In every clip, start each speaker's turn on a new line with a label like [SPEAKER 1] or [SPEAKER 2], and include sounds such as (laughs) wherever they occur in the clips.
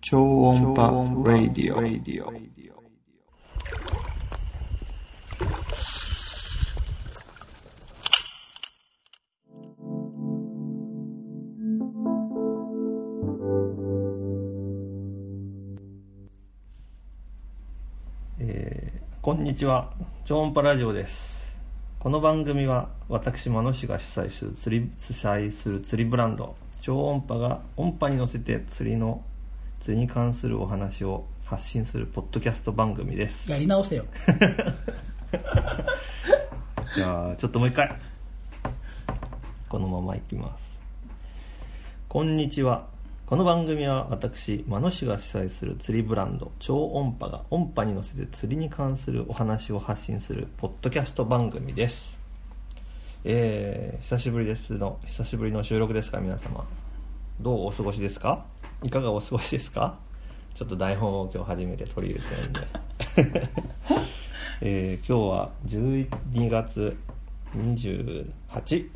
[SPEAKER 1] 超音波ラディオ。
[SPEAKER 2] えーこんにちは超音波ラジオですこの番組は私マノ氏が主催する釣り主催する釣りブランド超音波が音波に乗せて釣りの釣りに関するお話を発信するポッドキャスト番組です
[SPEAKER 3] やり直せよ
[SPEAKER 2] じゃあちょっともう一回このままいきますこんにちはこの番組は私マノ氏が主催する釣りブランド超音波が音波に乗せて釣りに関するお話を発信するポッドキャスト番組ですえー、久しぶりですの久しぶりの収録ですか皆様どうお過ごしですかいかがお過ごしですかちょっと台本を今日初めて取り入れてないんでえー今日は12月28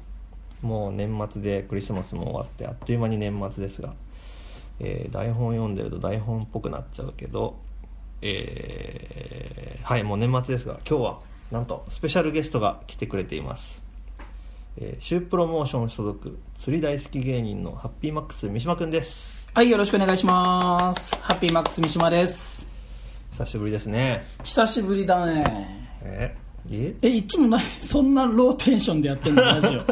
[SPEAKER 2] もう年末でクリスマスも終わってあっという間に年末ですが、えー台本読んでると台本っぽくなっちゃうけど、えーはいもう年末ですが今日はなんとスペシャルゲストが来てくれていますえー、シュープロモーション所属釣り大好き芸人のハッピーマックス三島くんです
[SPEAKER 3] はいよろしくお願いしますハッピーマックス三島です
[SPEAKER 2] 久しぶりですね
[SPEAKER 3] 久しぶりだね
[SPEAKER 2] えー、
[SPEAKER 3] えいつもなそんなローテンションでやってんの (laughs) ラジオ
[SPEAKER 2] え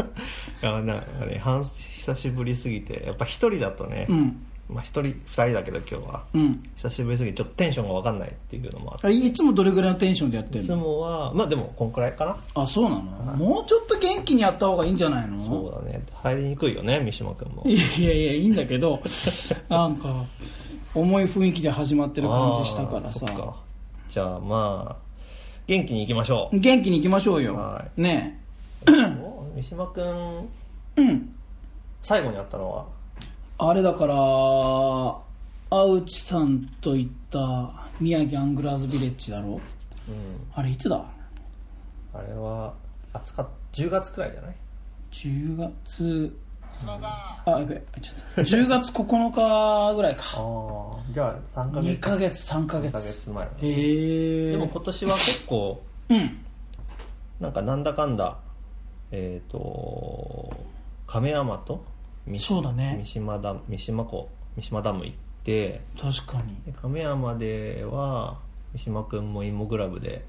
[SPEAKER 2] (laughs) あなんかね半久しぶりすぎてやっぱ一人だとね、
[SPEAKER 3] うん
[SPEAKER 2] まあ一人二人だけど今日は
[SPEAKER 3] うん
[SPEAKER 2] 久しぶりすぎてちょっとテンションが分かんないっていうのもあって
[SPEAKER 3] あいいつもどれぐらいのテンションでやって
[SPEAKER 2] い
[SPEAKER 3] ん
[SPEAKER 2] つ
[SPEAKER 3] の
[SPEAKER 2] もはまあでもこんくらいかな
[SPEAKER 3] あそうなのもうちょっと元気にやった方がいいんじゃないの
[SPEAKER 2] そうだね入りにくいよね三島くんも
[SPEAKER 3] いやいやいいんだけ (laughs) どなんか重い雰囲気で始まってる感じしたからさ
[SPEAKER 2] あーそっじゃあまあ元気にいきましょ
[SPEAKER 3] (clears throat)
[SPEAKER 2] う
[SPEAKER 3] 元気に行きましょうよ、
[SPEAKER 2] は
[SPEAKER 3] ね
[SPEAKER 2] お三島くん
[SPEAKER 3] えうん
[SPEAKER 2] 最後に会ったのは
[SPEAKER 3] あれだからアウチさんと行った宮城アングラーズビレッジだろ
[SPEAKER 2] うん
[SPEAKER 3] あれいつだ
[SPEAKER 2] あれは暑かっ10月くらいじゃない
[SPEAKER 3] 10月あやべえちょっと10月9日ぐらい
[SPEAKER 2] あ
[SPEAKER 3] か
[SPEAKER 2] あじゃあ3
[SPEAKER 3] 2ヶ月3ヶ
[SPEAKER 2] 2
[SPEAKER 3] 月
[SPEAKER 2] ヶ月前
[SPEAKER 3] へえ
[SPEAKER 2] でも今年は結構
[SPEAKER 3] うん
[SPEAKER 2] なんかなんだかんだえっ、と亀山と三
[SPEAKER 3] そうだね
[SPEAKER 2] 三島ダム三島湖三島ダム行って
[SPEAKER 3] 確かに
[SPEAKER 2] で亀山では三島くんもイモグラブで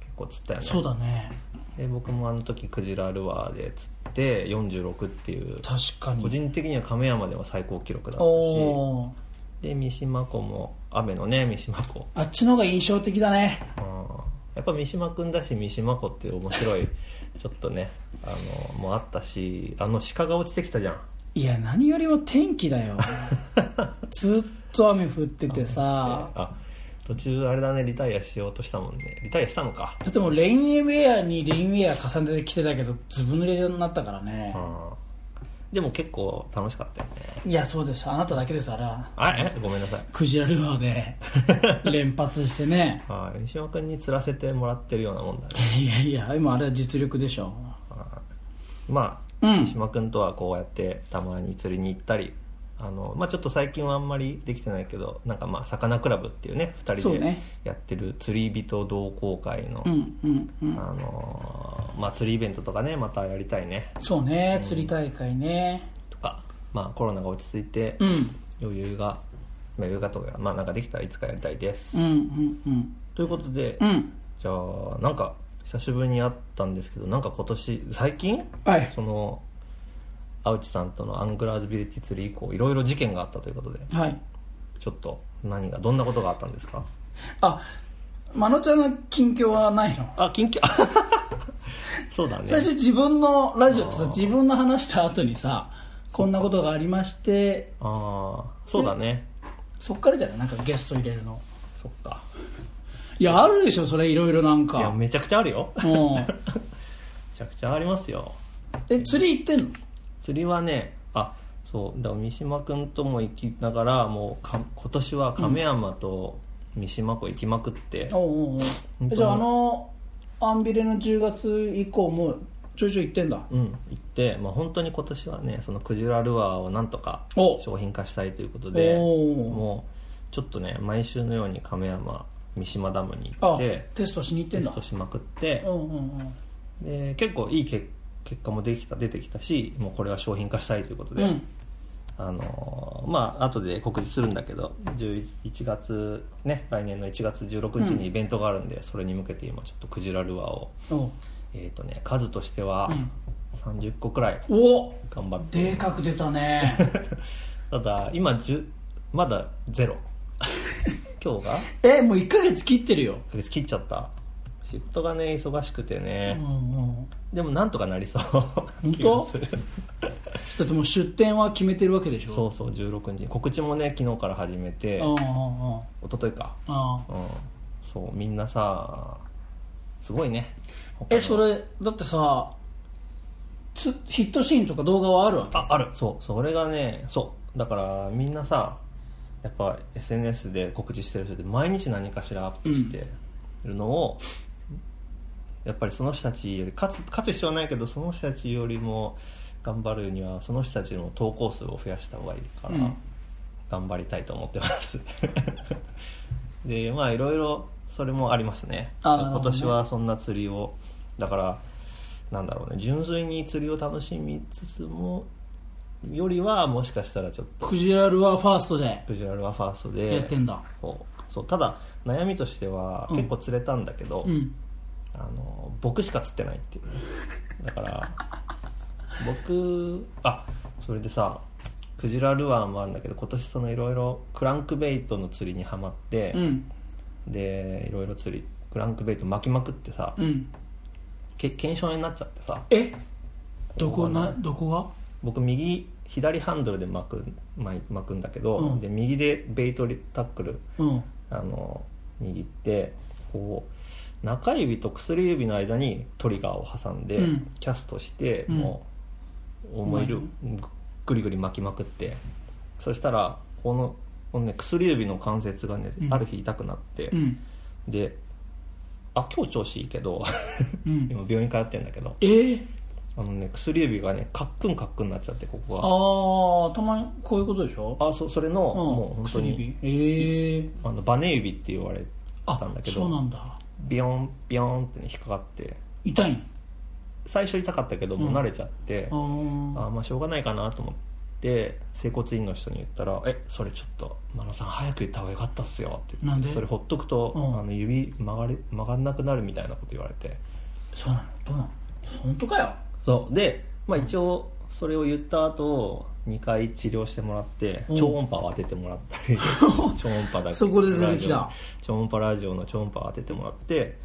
[SPEAKER 2] 結構釣ったよね
[SPEAKER 3] そうだね
[SPEAKER 2] で僕もあの時クジラルアーで釣って46っていう
[SPEAKER 3] 確かに
[SPEAKER 2] 個人的には亀山では最高記録だったし
[SPEAKER 3] おお
[SPEAKER 2] で三島湖も雨のね三島湖
[SPEAKER 3] あっちの方が印象的だね
[SPEAKER 2] うんやっぱ三島君だし三島湖っていう面白い (laughs) ちょっとねあのもあったしあの鹿が落ちてきたじゃん
[SPEAKER 3] いや何よりも天気
[SPEAKER 2] (laughs)
[SPEAKER 3] だよずっと雨降っててさ
[SPEAKER 2] あ途中あれだねリタイアしようとしたもんねリタイアしたのか
[SPEAKER 3] だってもうレインウェアにレインウェア重ねてきてたけどずぶ濡れになったからね
[SPEAKER 2] うんでも結構楽しかったよね
[SPEAKER 3] いやそうでしたあなただけですあら
[SPEAKER 2] あえごめんなさい
[SPEAKER 3] クジラルアーで連発してね
[SPEAKER 2] はい三島君に釣らせてもらってるようなもんだね
[SPEAKER 3] いやいや今あれは実力でしょ
[SPEAKER 2] はいまあ
[SPEAKER 3] うん
[SPEAKER 2] 三島君とはこうやってたまに釣りに行ったりあの、まあ、ちょっと最近はあんまりできてないけどなんかまあ魚クラブっていうね2
[SPEAKER 3] そ
[SPEAKER 2] 人
[SPEAKER 3] う
[SPEAKER 2] で
[SPEAKER 3] ね
[SPEAKER 2] やってる釣り人同好会の、
[SPEAKER 3] うんうんう
[SPEAKER 2] あ
[SPEAKER 3] ん
[SPEAKER 2] のーまあ、釣りイベントとかねまたやりたいね
[SPEAKER 3] そうね釣り大会ね
[SPEAKER 2] とか、まあ、コロナが落ち着いて
[SPEAKER 3] うん
[SPEAKER 2] 余裕が、まあ余裕がとか、まあ、なんかできたらいつかやりたいです、
[SPEAKER 3] うんうんうん
[SPEAKER 2] ということで、
[SPEAKER 3] うん
[SPEAKER 2] じゃあなんか久しぶりに会ったんですけどなんか今年最近
[SPEAKER 3] はい
[SPEAKER 2] その青地さんとのアングラーズビレッジ釣り以降いろいろ事件があったということで
[SPEAKER 3] はい
[SPEAKER 2] ちょっと何がどんなことがあったんですか
[SPEAKER 3] あまのちゃんの近況はないの
[SPEAKER 2] あ緊急 (laughs) そうだね
[SPEAKER 3] 最初自分のラジオってさ自分の話した後にさこんなことがありまして
[SPEAKER 2] ああそうだね
[SPEAKER 3] そっからじゃないなんかゲスト入れるの
[SPEAKER 2] そっか
[SPEAKER 3] いやあるでしょそれいろいろなん
[SPEAKER 2] いや
[SPEAKER 3] か
[SPEAKER 2] めちゃくちゃあるよめ
[SPEAKER 3] うん
[SPEAKER 2] ちゃくちゃありますよ
[SPEAKER 3] え釣り行ってんの
[SPEAKER 2] 釣りはねあそうだから三島君とも行きながらもうか今年は亀山と三島湖行きまくって、
[SPEAKER 3] おうおうおう
[SPEAKER 2] 本当に
[SPEAKER 3] じゃああのアンビレの10月以降もちょいちょい行ってんだ
[SPEAKER 2] うん、行って、まあ、本当に今年はねそのクジラルアーをなんとか
[SPEAKER 3] お
[SPEAKER 2] 商品化したいということで
[SPEAKER 3] おー
[SPEAKER 2] もうちょっとね毎週のように亀山三島ダムに行
[SPEAKER 3] あ
[SPEAKER 2] って
[SPEAKER 3] テストしに行っ
[SPEAKER 2] テ
[SPEAKER 3] てん
[SPEAKER 2] ス
[SPEAKER 3] だ
[SPEAKER 2] トしまくって
[SPEAKER 3] うんうんうん
[SPEAKER 2] で結構いいけ結果もできた出てきたしもうこれは商品化したいということで、
[SPEAKER 3] うん
[SPEAKER 2] あのーまあ後で告知するんだけど11 1月ね来年の1月16日にイベントがあるんで、それに向けて今ちょっとクジラルアーを
[SPEAKER 3] おう
[SPEAKER 2] えっ、とね数としては
[SPEAKER 3] うん
[SPEAKER 2] 30個くらい
[SPEAKER 3] お
[SPEAKER 2] 頑張って、
[SPEAKER 3] でかく出たね
[SPEAKER 2] (laughs) ただ今10まだゼ
[SPEAKER 3] (laughs)
[SPEAKER 2] ロ今日が
[SPEAKER 3] えもう1ヶ月切ってるよ
[SPEAKER 2] 1ヶ月切っちゃった仕事がね忙しくて
[SPEAKER 3] う
[SPEAKER 2] ね、
[SPEAKER 3] んうん
[SPEAKER 2] でもなんとかなりそう
[SPEAKER 3] 当
[SPEAKER 2] 気がする
[SPEAKER 3] だってもう出店は決めてるわけでしょ
[SPEAKER 2] そうそう16日告知もね昨日から始めて
[SPEAKER 3] うんうんうん
[SPEAKER 2] 一昨日か
[SPEAKER 3] ああ
[SPEAKER 2] うんそうみんなさすごいね他の
[SPEAKER 3] えそれだってさつヒットシーンとか動画はあるわけ
[SPEAKER 2] ああるそうそれがねそうだからみんなさやっぱ SNS で告知してる人って毎日何かしらアップしてるのを、やっぱりその人たちより勝つ勝つ必要はないけどその人たちよりも頑張るにはその人たちの投稿数を増やした方がいいから、
[SPEAKER 3] うん
[SPEAKER 2] 頑張りたいと思ってますでまあいろいろそれもありますね
[SPEAKER 3] あなるほ
[SPEAKER 2] 今
[SPEAKER 3] どね
[SPEAKER 2] 年はそんな釣りをだからなんだろうね純粋に釣りを楽しみつつもよりはもしかしたらちょっと
[SPEAKER 3] クジラルアーファーストで
[SPEAKER 2] クジュラルはファースト
[SPEAKER 3] や
[SPEAKER 2] で
[SPEAKER 3] ってんだ、
[SPEAKER 2] そうそうただ悩みとしては
[SPEAKER 3] うん
[SPEAKER 2] 結構釣れたんだけど、
[SPEAKER 3] うん
[SPEAKER 2] あの僕しか釣ってないっていうねだから僕あそれでさクジラルアーもあるんだけど今年そのいろいろクランクベイトの釣りにはまって
[SPEAKER 3] う、ん
[SPEAKER 2] でいろいろ釣りクランクベイト巻きまくってさ、
[SPEAKER 3] うん
[SPEAKER 2] け腱鞘炎になっちゃってさ
[SPEAKER 3] えどこなどこが
[SPEAKER 2] 僕右左ハンドルで巻く巻い巻くんだけど、
[SPEAKER 3] うん
[SPEAKER 2] で右でベイトリタックル
[SPEAKER 3] うん
[SPEAKER 2] あの握ってこう中指と薬指の間にトリガーを挟んで、
[SPEAKER 3] うん
[SPEAKER 2] キャストして、
[SPEAKER 3] うん
[SPEAKER 2] もう思いる
[SPEAKER 3] う
[SPEAKER 2] ぐりぐり巻きまくってそしたらこのこの、ね、薬指の関節がね、
[SPEAKER 3] うん
[SPEAKER 2] ある日痛くなって、
[SPEAKER 3] うん
[SPEAKER 2] であ今日調子いいけど
[SPEAKER 3] うん
[SPEAKER 2] 今病院通ってるんだけど
[SPEAKER 3] えー、
[SPEAKER 2] あのね薬指がねカックンカックンになっちゃってここが。
[SPEAKER 3] ああたまにこういうことでしょ
[SPEAKER 2] あそそれの、
[SPEAKER 3] うん
[SPEAKER 2] もう本当に
[SPEAKER 3] 薬指えー、
[SPEAKER 2] あのバネ指って言われ
[SPEAKER 3] あ
[SPEAKER 2] たんだけ
[SPEAKER 3] そうな
[SPEAKER 2] ど
[SPEAKER 3] んだ
[SPEAKER 2] ビヨンビヨンって、ね、引っかかって
[SPEAKER 3] 痛いん
[SPEAKER 2] 最初痛かったけどもう慣れちゃって、
[SPEAKER 3] あー
[SPEAKER 2] あまあしょうがないかなと思って整骨院の人に言ったら「えそれちょっと真野さん早く言った方がよかったっすよ」って言って
[SPEAKER 3] なんで
[SPEAKER 2] それほっとくと、
[SPEAKER 3] うん
[SPEAKER 2] あの指曲がれ曲がんなくなるみたいなこと言われて
[SPEAKER 3] そうなのどうなの本当かよ
[SPEAKER 2] そうで、まあ、一応それを言った後2回治療してもらって
[SPEAKER 3] うん
[SPEAKER 2] 超音波を当ててもらった
[SPEAKER 3] (laughs)
[SPEAKER 2] り超音波だけ
[SPEAKER 3] そこで出てきた
[SPEAKER 2] 超音波ラジオの超音波を当ててもらって
[SPEAKER 3] へ
[SPEAKER 2] で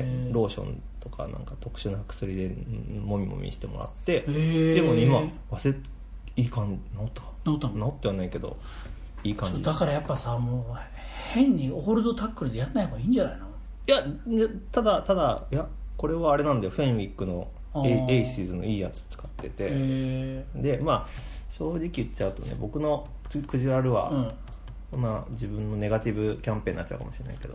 [SPEAKER 3] え
[SPEAKER 2] ローションとかなんか特殊な薬でうんもみもみしてもらって
[SPEAKER 3] へえ
[SPEAKER 2] でもね今忘れいい感じ治った
[SPEAKER 3] 治ったの
[SPEAKER 2] 治ってはないけどいい感じ
[SPEAKER 3] だからやっぱさもう変にオールドタックルでやんない方がいいんじゃないの
[SPEAKER 2] いやねただただいやこれはあれなんだよフェンウィックの
[SPEAKER 3] あー
[SPEAKER 2] エイエイシーズのいいやつ使ってて、
[SPEAKER 3] え
[SPEAKER 2] でまあ正直言っちゃうとね僕のククジラル
[SPEAKER 3] ー、
[SPEAKER 2] は、
[SPEAKER 3] うん
[SPEAKER 2] まあ、自分のネガティブキャンペーンになっちゃうかもしれないけど、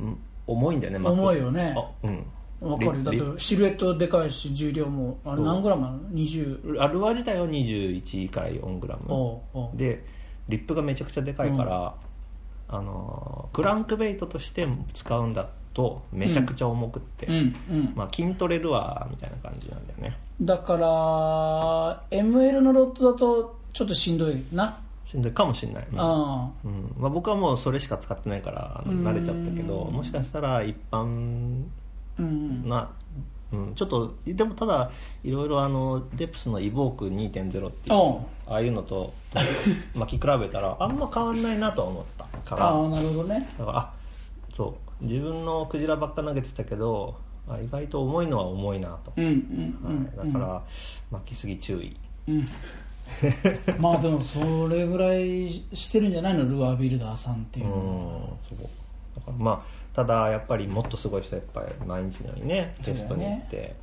[SPEAKER 2] うん、重いんだよねマック
[SPEAKER 3] 重いよね
[SPEAKER 2] あうん
[SPEAKER 3] わかるよだ
[SPEAKER 2] リ
[SPEAKER 3] ってシルエットでかいし重量もあれ
[SPEAKER 2] そう
[SPEAKER 3] 何グラムなの 20?
[SPEAKER 2] リアルア自体は21から4グラム
[SPEAKER 3] おうおう
[SPEAKER 2] でリップがめちゃくちゃでかいから、あのークランクベイトとして使うんだとめちゃくちゃ重くって、
[SPEAKER 3] うんうん、
[SPEAKER 2] まあ、筋トレルアーみたいな感じなんだよね
[SPEAKER 3] だから ML のロットだとちょっとしんどいな、
[SPEAKER 2] しんどいかもしれない、うん
[SPEAKER 3] あ
[SPEAKER 2] うんまあ、僕はもうそれしか使ってないからあの
[SPEAKER 3] うん
[SPEAKER 2] 慣れちゃったけどもしかしたら一般
[SPEAKER 3] あうん
[SPEAKER 2] な、うん、ちょっとでもただいろいろあのデプスのイボーク2.0っていう
[SPEAKER 3] おう
[SPEAKER 2] ああいうの
[SPEAKER 3] (laughs)
[SPEAKER 2] と巻き比べたらあんま変わんないなとは思ったから
[SPEAKER 3] ああなるほどね
[SPEAKER 2] だからあそう自分のクジラばっか投げてたけどあ意外と重いのは重いなと、
[SPEAKER 3] うんう
[SPEAKER 2] は
[SPEAKER 3] ん
[SPEAKER 2] い、
[SPEAKER 3] う
[SPEAKER 2] だ
[SPEAKER 3] ん、
[SPEAKER 2] から、巻きすぎ注意
[SPEAKER 3] うん、まあでもそれぐらいしてるんじゃないのルアービルダーさんっていううのは
[SPEAKER 2] んそうだからまあただやっぱりもっとすごい人やっぱり毎日のようにねテストに行って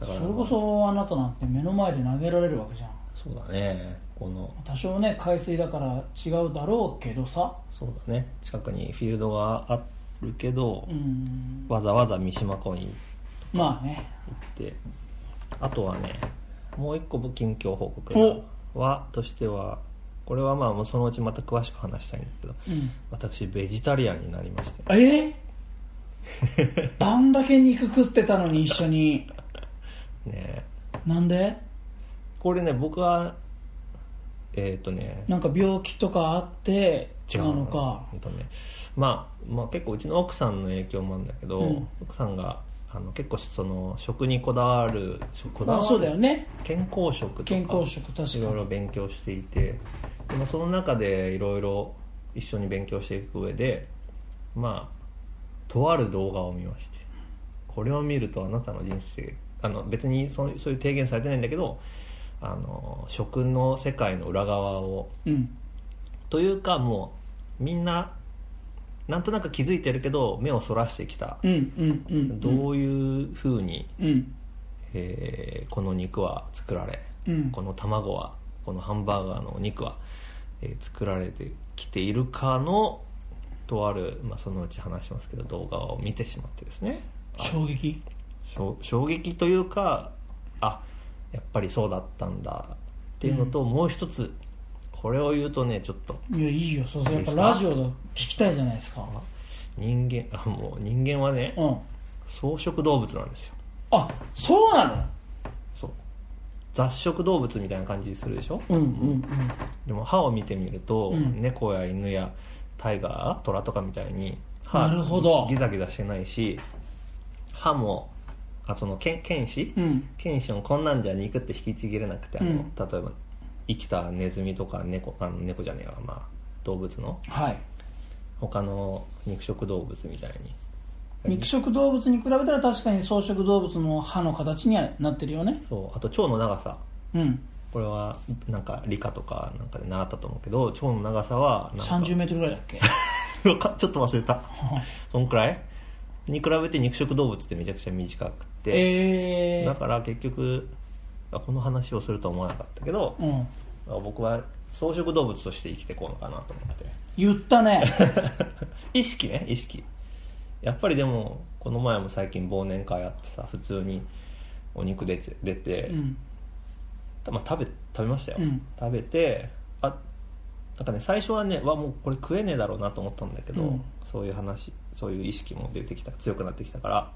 [SPEAKER 2] だ
[SPEAKER 3] そ
[SPEAKER 2] から
[SPEAKER 3] れこそあなたなんて目の前で投げられるわけじゃん
[SPEAKER 2] そうだねこの
[SPEAKER 3] 多少ね海水だから違うだろうけどさ
[SPEAKER 2] そうだね近くにフィールドがあるけど、
[SPEAKER 3] うん
[SPEAKER 2] わざわざ三島湖に
[SPEAKER 3] まあね
[SPEAKER 2] 行ってあとはねもう一個近況報告
[SPEAKER 3] お
[SPEAKER 2] はとしてはこれはまあもうそのうちまた詳しく話したいんだけど
[SPEAKER 3] うん
[SPEAKER 2] 私ベジタリアンになりまして
[SPEAKER 3] えあんだけ肉食ってたのに一緒に
[SPEAKER 2] ね
[SPEAKER 3] なんで
[SPEAKER 2] これね僕はえっ、とね
[SPEAKER 3] なんか病気とかあって
[SPEAKER 2] 違
[SPEAKER 3] な
[SPEAKER 2] う
[SPEAKER 3] のか
[SPEAKER 2] ほんとねまあ、まあ結構うちの奥さんの影響もあるんだけど、
[SPEAKER 3] うん
[SPEAKER 2] 奥さんがあの結構その食にこだわる食こだわ
[SPEAKER 3] まあ
[SPEAKER 2] る
[SPEAKER 3] そうだよね
[SPEAKER 2] 健康食とか
[SPEAKER 3] 健康食確か
[SPEAKER 2] いろい
[SPEAKER 3] に
[SPEAKER 2] ろ勉強していてでもその中でいろいろ一緒に勉強していく上でまあとある動画を見ましてこれを見るとあなたの人生あの別にそうそういう提言されてないんだけどあの食の世界の裏側を
[SPEAKER 3] うん
[SPEAKER 2] というかもうみんななんとなく気づいてるけど目をそらしてきた、
[SPEAKER 3] うんうんうん
[SPEAKER 2] どういうふうに、
[SPEAKER 3] うん
[SPEAKER 2] えーこの肉は作られ
[SPEAKER 3] うん
[SPEAKER 2] この卵はこのハンバーガーのお肉は、えー作られてきているかのとある、まあ、そのうち話しますけど動画を見てしまってですね
[SPEAKER 3] 衝撃
[SPEAKER 2] しょ衝撃というかあやっぱりそうだったんだっていうのと、もう一つこれを言うとねちょっと
[SPEAKER 3] いやいいよそうそうや
[SPEAKER 2] い
[SPEAKER 3] っぱ
[SPEAKER 2] いですか
[SPEAKER 3] ラジオだ聞きたいじゃないですか
[SPEAKER 2] 人間あもう人間はね
[SPEAKER 3] うん
[SPEAKER 2] 草食動物なんですよ
[SPEAKER 3] あそうな
[SPEAKER 2] そう雑食動物みたいな感じするでしょ
[SPEAKER 3] のうんうん
[SPEAKER 2] でも歯を見てみると、
[SPEAKER 3] うん
[SPEAKER 2] 猫や犬やタイガートラとかみたいに歯
[SPEAKER 3] なるほど
[SPEAKER 2] ギザギザしてないし歯もあそのけん剣歯、
[SPEAKER 3] うんうん
[SPEAKER 2] 剣歯のこんなんじゃ肉って引きちぎれなくてあの、
[SPEAKER 3] うん
[SPEAKER 2] 例えば生きたネズミとか猫あの猫じゃねえわ、まあ、動物の
[SPEAKER 3] はい
[SPEAKER 2] 他の肉食動物みたいに
[SPEAKER 3] 肉食動物に比べたら確かに草食動物の歯の形にはなってるよね
[SPEAKER 2] そうあと腸の長さ
[SPEAKER 3] うん
[SPEAKER 2] これはなんか理科とかなんかで習ったと思うけど腸の長さはなんか
[SPEAKER 3] 3 0ルぐらいだっ (laughs) け
[SPEAKER 2] わか (laughs) ちょっと忘れたそんくらいに比べて肉食動物ってめちゃくちゃ短くて、
[SPEAKER 3] ええ
[SPEAKER 2] だから結局あこの話をするとは思わなかったけど、
[SPEAKER 3] うん
[SPEAKER 2] あ僕は草食動物として生きていこうのかなと思って (laughs)
[SPEAKER 3] 言ったね (laughs)
[SPEAKER 2] 意識ね意識やっぱりでもこの前も最近忘年会あってさ普通にお肉出て出て、
[SPEAKER 3] うん
[SPEAKER 2] たまあ、食べ食べましたよ、
[SPEAKER 3] うん
[SPEAKER 2] 食べてあなんかね最初はねわもうこれ食えねえだろうなと思ったんだけど、
[SPEAKER 3] うん
[SPEAKER 2] そういう話そういう意識も出てきた強くなってきたから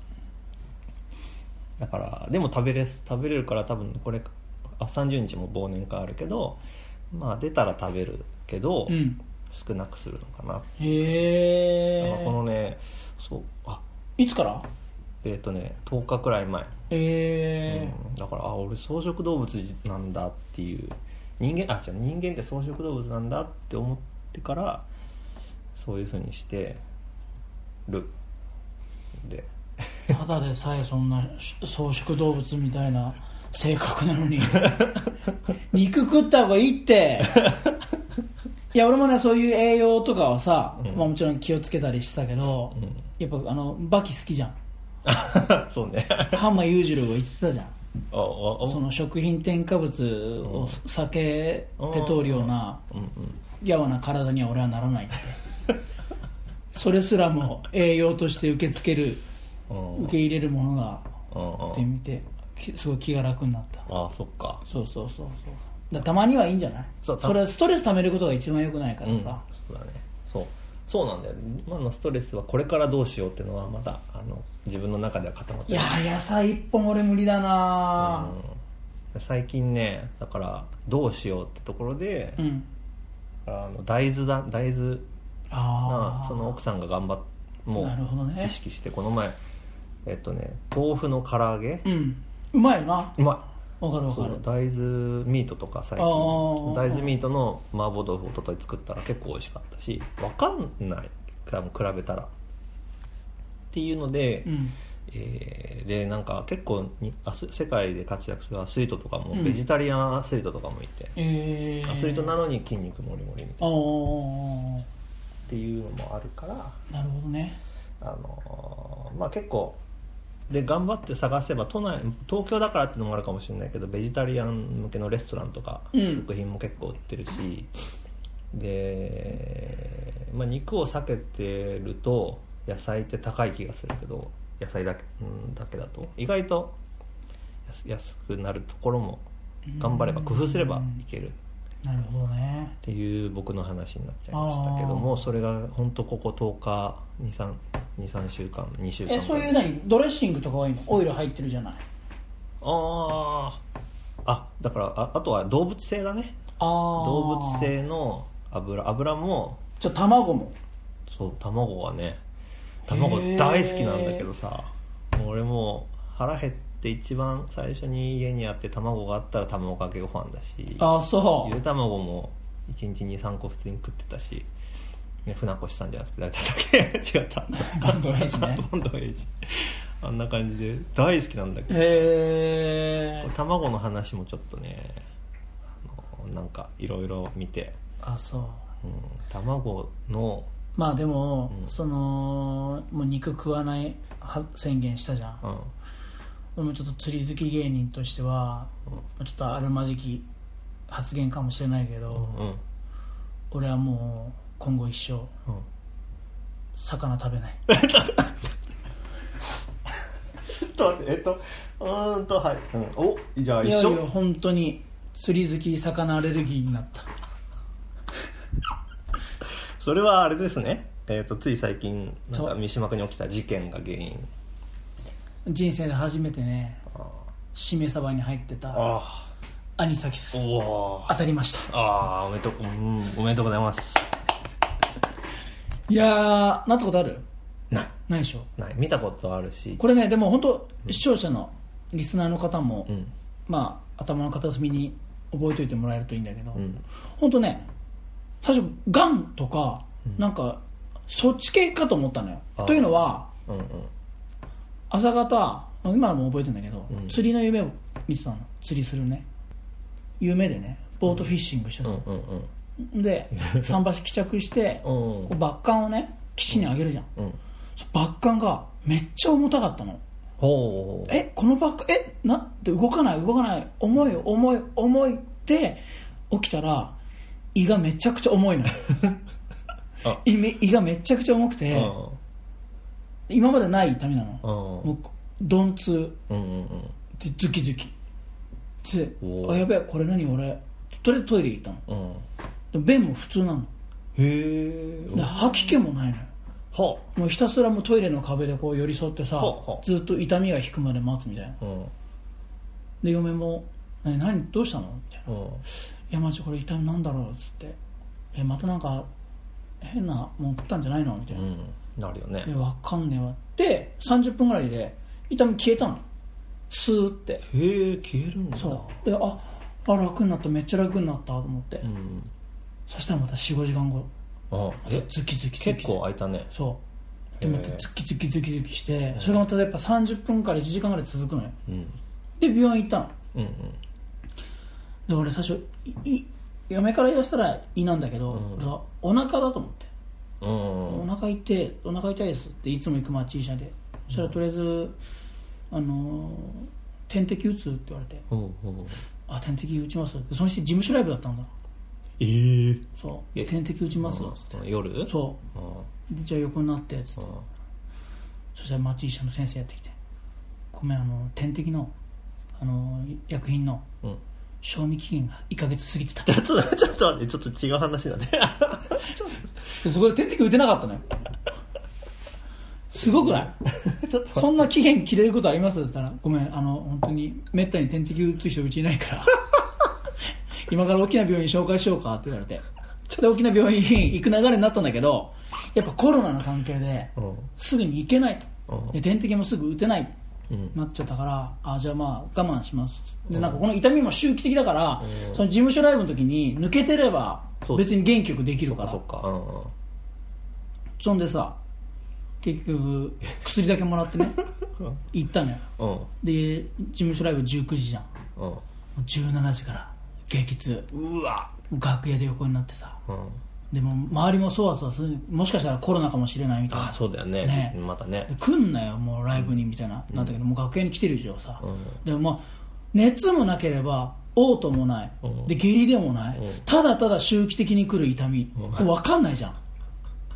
[SPEAKER 2] だからでも食べれ食べれるから多分これあ30日も忘年会あるけどまあ出たら食べるけど、
[SPEAKER 3] うん
[SPEAKER 2] 少なくするのかな、
[SPEAKER 3] へ
[SPEAKER 2] なんかこ
[SPEAKER 3] え
[SPEAKER 2] のねそうあ
[SPEAKER 3] いつから
[SPEAKER 2] えっ、とね10日くらい前
[SPEAKER 3] ええ
[SPEAKER 2] うんだからあ俺草食動物なんだっていう人間あ違う人間って草食動物なんだって思ってからそういうふうにしてるで (laughs)
[SPEAKER 3] ただでさえそんな草食動物みたいな性格なの
[SPEAKER 2] (laughs)
[SPEAKER 3] に肉食った方がいいっていや俺もねそういう栄養とかはさ、
[SPEAKER 2] うん
[SPEAKER 3] まあ、もちろん気をつけたりしたけど、
[SPEAKER 2] うん
[SPEAKER 3] やっぱあのバキ好きじゃん
[SPEAKER 2] そうね
[SPEAKER 3] 半間裕次郎が言ってたじゃん
[SPEAKER 2] あああ
[SPEAKER 3] その食品添加物を避けて通るような
[SPEAKER 2] うんうん
[SPEAKER 3] やわな体には俺はならないってそれすらも栄養として受け付ける
[SPEAKER 2] うんうん
[SPEAKER 3] 受け入れるものが
[SPEAKER 2] うん
[SPEAKER 3] ってみてきすごい気が楽になった
[SPEAKER 2] ああそっか
[SPEAKER 3] そうそうそうそうだたまにはいいんじゃない
[SPEAKER 2] そうた
[SPEAKER 3] それはストレス溜めることが一番良くないから
[SPEAKER 2] うん
[SPEAKER 3] さ、
[SPEAKER 2] そうだねそうそうなんだよね今のストレスはこれからどうしようっていうのはまだあの自分の中では固まって
[SPEAKER 3] いや野菜一本俺無理だな
[SPEAKER 2] うん最近ねだからどうしようってところで、
[SPEAKER 3] うん、
[SPEAKER 2] あの大豆だ大豆
[SPEAKER 3] あ
[SPEAKER 2] が
[SPEAKER 3] あ
[SPEAKER 2] その奥さんが頑張っも
[SPEAKER 3] なるほど
[SPEAKER 2] う
[SPEAKER 3] ね
[SPEAKER 2] 意識して、この前えっとね豆腐の唐揚げ、
[SPEAKER 3] うんうまいよな
[SPEAKER 2] うま
[SPEAKER 3] わかる
[SPEAKER 2] い
[SPEAKER 3] わ
[SPEAKER 2] そ
[SPEAKER 3] か
[SPEAKER 2] う
[SPEAKER 3] る
[SPEAKER 2] 大豆ミートとか最
[SPEAKER 3] あー
[SPEAKER 2] 近大豆ミートの麻婆豆腐を一昨日作ったら結構美味しかったしわかんない多分比べたらっていうので、
[SPEAKER 3] うん
[SPEAKER 2] えーでなんか結構にアス世界で活躍するアスリートとかも、
[SPEAKER 3] うん
[SPEAKER 2] ベジタリアンアスリートとかもいて、
[SPEAKER 3] えー、
[SPEAKER 2] アスリートなのに筋肉もりもりみたいな
[SPEAKER 3] ああ
[SPEAKER 2] っていうのもあるから
[SPEAKER 3] なるほどね
[SPEAKER 2] あのーまあ結構で頑張って探せば都内東京だからっていうのもあるかもしれないけどベジタリアン向けのレストランとか
[SPEAKER 3] うん
[SPEAKER 2] 食品も結構売ってるし、で、まあ、肉を避けてると野菜って高い気がするけど野菜だけ,、うん、だけだと意外と安安くなるところも頑張れば工夫すればいけるっ
[SPEAKER 3] なるほどね
[SPEAKER 2] ていう僕の話になっちゃいましたけども
[SPEAKER 3] あ
[SPEAKER 2] それが本当ここ10日23 23週間2週間
[SPEAKER 3] えそういう何ドレッシングとか多いのオイル入ってるじゃない
[SPEAKER 2] あああだからああとは動物性だね
[SPEAKER 3] ああ
[SPEAKER 2] 動物性の油油も
[SPEAKER 3] じゃあ卵も
[SPEAKER 2] そう卵はね卵大好きなんだけどさもう俺もう腹減って一番最初に家にあって卵があったら卵かけご飯だし
[SPEAKER 3] ああそ
[SPEAKER 2] ゆで卵も1日23個普通に食ってたし、ね、船越さんじゃなくて誰だったっけ違った
[SPEAKER 3] うバンドレイジね
[SPEAKER 2] バンドエイジあんな感じで大好きなんだけど
[SPEAKER 3] へえ
[SPEAKER 2] 卵の話もちょっとねあのなんかいろいろ見て、
[SPEAKER 3] あそう
[SPEAKER 2] うん、卵の
[SPEAKER 3] まあでも、
[SPEAKER 2] うん
[SPEAKER 3] そのもう肉食わないは宣言したじゃん、
[SPEAKER 2] うん
[SPEAKER 3] 俺もちょっと釣り好き芸人としては、
[SPEAKER 2] うん
[SPEAKER 3] まあちょっとあるまじき発言かもしれないけど、
[SPEAKER 2] うん
[SPEAKER 3] 俺はもう今後一生
[SPEAKER 2] うん
[SPEAKER 3] 魚食べない
[SPEAKER 2] ちょっと待ってえっとうーんとはい、おじゃあ
[SPEAKER 3] い
[SPEAKER 2] 一
[SPEAKER 3] やい
[SPEAKER 2] 緒
[SPEAKER 3] や本当に釣り好き魚アレルギーになった
[SPEAKER 2] それはあれですねえっ、とつい最近なん
[SPEAKER 3] そ
[SPEAKER 2] か
[SPEAKER 3] う
[SPEAKER 2] 三島区に起きた事件が原因
[SPEAKER 3] 人生で初めてね
[SPEAKER 2] あ
[SPEAKER 3] しめ鯖に入ってた
[SPEAKER 2] あ
[SPEAKER 3] アニサキス
[SPEAKER 2] ーおお
[SPEAKER 3] 当たりました
[SPEAKER 2] ああおめでとう、うん、おめでとうございます
[SPEAKER 3] いやーなったことある
[SPEAKER 2] ない
[SPEAKER 3] ないでしょ
[SPEAKER 2] ない見たことあるし
[SPEAKER 3] これねでも本当視聴者のリスナーの方も、
[SPEAKER 2] うん
[SPEAKER 3] まあ頭の片隅に覚えておいてもらえるといいんだけど、
[SPEAKER 2] うん
[SPEAKER 3] 本当ね最初がんとか、なんかそっち系かと思ったのよ
[SPEAKER 2] あー
[SPEAKER 3] というのは
[SPEAKER 2] うんうん
[SPEAKER 3] 朝方今のも覚えてるんだけど、
[SPEAKER 2] うん
[SPEAKER 3] 釣りの夢を見てたの釣りするね夢でねボートフィッシングして
[SPEAKER 2] う
[SPEAKER 3] た
[SPEAKER 2] ん
[SPEAKER 3] の、
[SPEAKER 2] うんうん
[SPEAKER 3] で
[SPEAKER 2] (laughs)
[SPEAKER 3] 桟橋帰着して、
[SPEAKER 2] うん
[SPEAKER 3] こうバッカンをね岸にあげるじゃん、
[SPEAKER 2] うん
[SPEAKER 3] そバッカンがめっちゃ重たかったの
[SPEAKER 2] ほう
[SPEAKER 3] えこのバッカンえなって動かない動かない重い重い重いって起きたら胃がめちゃくちゃ重いのよ
[SPEAKER 2] (laughs) あ
[SPEAKER 3] 胃め胃がめちゃくちゃ重くて、
[SPEAKER 2] うん
[SPEAKER 3] 今までない痛みなの、
[SPEAKER 2] うん
[SPEAKER 3] もう鈍痛
[SPEAKER 2] うんうんうん
[SPEAKER 3] でズキズキで
[SPEAKER 2] おー
[SPEAKER 3] あやべえこれ何俺とりあえずトイレ行ったの
[SPEAKER 2] うん
[SPEAKER 3] で便も普通なの
[SPEAKER 2] へ
[SPEAKER 3] で
[SPEAKER 2] え
[SPEAKER 3] 吐き気もないのよ
[SPEAKER 2] ほ
[SPEAKER 3] もうひたすらもうトイレの壁でこう寄り添ってさ
[SPEAKER 2] ほうほう
[SPEAKER 3] ずっと痛みが引くまで待つみたいな
[SPEAKER 2] ううん
[SPEAKER 3] で嫁も「何何どうしたの?」みたいな
[SPEAKER 2] うん
[SPEAKER 3] 「いやマジこれ痛みなんだろう」っつって「えまたなんか変なもん食ったんじゃないの?」みたいうな「
[SPEAKER 2] んなるよね
[SPEAKER 3] えわかんねえわ」で30分ぐらいで痛み消えたのスーって
[SPEAKER 2] へえ消えるんだ
[SPEAKER 3] そうでああ楽になっためっちゃ楽になったと思って、
[SPEAKER 2] うん
[SPEAKER 3] そしたらまた45時間後
[SPEAKER 2] あえ
[SPEAKER 3] ズキズキズキ
[SPEAKER 2] 結構空いたね
[SPEAKER 3] そうで
[SPEAKER 2] へー
[SPEAKER 3] またズキズキズキズキしてそれがまたやっぱ30分から1時間ぐらい続くのよ
[SPEAKER 2] うん
[SPEAKER 3] で病院行ったの
[SPEAKER 2] うん
[SPEAKER 3] で俺最初いい嫁から言わせたら胃なんだけど、
[SPEAKER 2] うん
[SPEAKER 3] 俺はお腹だと思って、
[SPEAKER 2] うんうんうん
[SPEAKER 3] お腹痛いお腹痛いですっていつも行く町医者でそしたらとりあえず、あのー点滴打つって言われて
[SPEAKER 2] ほうほう
[SPEAKER 3] あ点滴打ちますでその日事務所ライブだったんだ
[SPEAKER 2] ええ
[SPEAKER 3] そう
[SPEAKER 2] え
[SPEAKER 3] 点滴打ちます
[SPEAKER 2] うん夜う
[SPEAKER 3] そ
[SPEAKER 2] あ
[SPEAKER 3] うでじゃあ横になってつって
[SPEAKER 2] ああ
[SPEAKER 3] そしたら町医者の先生やってきて「ごめんあの点滴のあの薬品の
[SPEAKER 2] うん
[SPEAKER 3] 賞味期限が1ヶ月過ぎてた」
[SPEAKER 2] (laughs) ちょっとちょっと待ってちょっと違う話だね
[SPEAKER 3] つってそこで点滴打てなかったのよすごくない
[SPEAKER 2] (laughs) ちょっと
[SPEAKER 3] そんな期限切れることありますって言ったら「ごめんあの本当にめったに点滴打つ人うちいな
[SPEAKER 2] (laughs)
[SPEAKER 3] いから今から大きな病院紹介しようか」って言われてで大きな病院行く流れになったんだけどやっぱコロナの関係で
[SPEAKER 2] うん
[SPEAKER 3] すぐに行けないと、
[SPEAKER 2] うん
[SPEAKER 3] で点滴もすぐ打てない、
[SPEAKER 2] うん
[SPEAKER 3] なっちゃったからあじゃあまあ我慢しますでなんかこの痛みも周期的だから、
[SPEAKER 2] うん
[SPEAKER 3] その事務所ライブの時に抜けてれば
[SPEAKER 2] そう
[SPEAKER 3] 別に元気よくできる
[SPEAKER 2] (laughs)
[SPEAKER 3] か
[SPEAKER 2] あ
[SPEAKER 3] ら
[SPEAKER 2] そ
[SPEAKER 3] そ
[SPEAKER 2] っかうんうん
[SPEAKER 3] んでさ結局薬だけもらっ
[SPEAKER 2] (laughs)
[SPEAKER 3] てね行ったのよ
[SPEAKER 2] うん
[SPEAKER 3] で事務所ライブ19時じゃんも
[SPEAKER 2] うん
[SPEAKER 3] う17時から激痛
[SPEAKER 2] うわ
[SPEAKER 3] 楽屋で横になってさ
[SPEAKER 2] うん
[SPEAKER 3] でも周りもそわそわするもしかしたらコロナかもしれないみたい
[SPEAKER 2] あ
[SPEAKER 3] な
[SPEAKER 2] あそうだよね
[SPEAKER 3] ね
[SPEAKER 2] またね
[SPEAKER 3] 来んなよもうライブにみたいな、なんだけどもう楽屋に来てる以上さ、
[SPEAKER 2] うん
[SPEAKER 3] でもまあ熱もなければ嘔吐もない、
[SPEAKER 2] うん
[SPEAKER 3] で下痢でもない、
[SPEAKER 2] うん
[SPEAKER 3] ただただ周期的に来る痛み、これ分かんないじゃん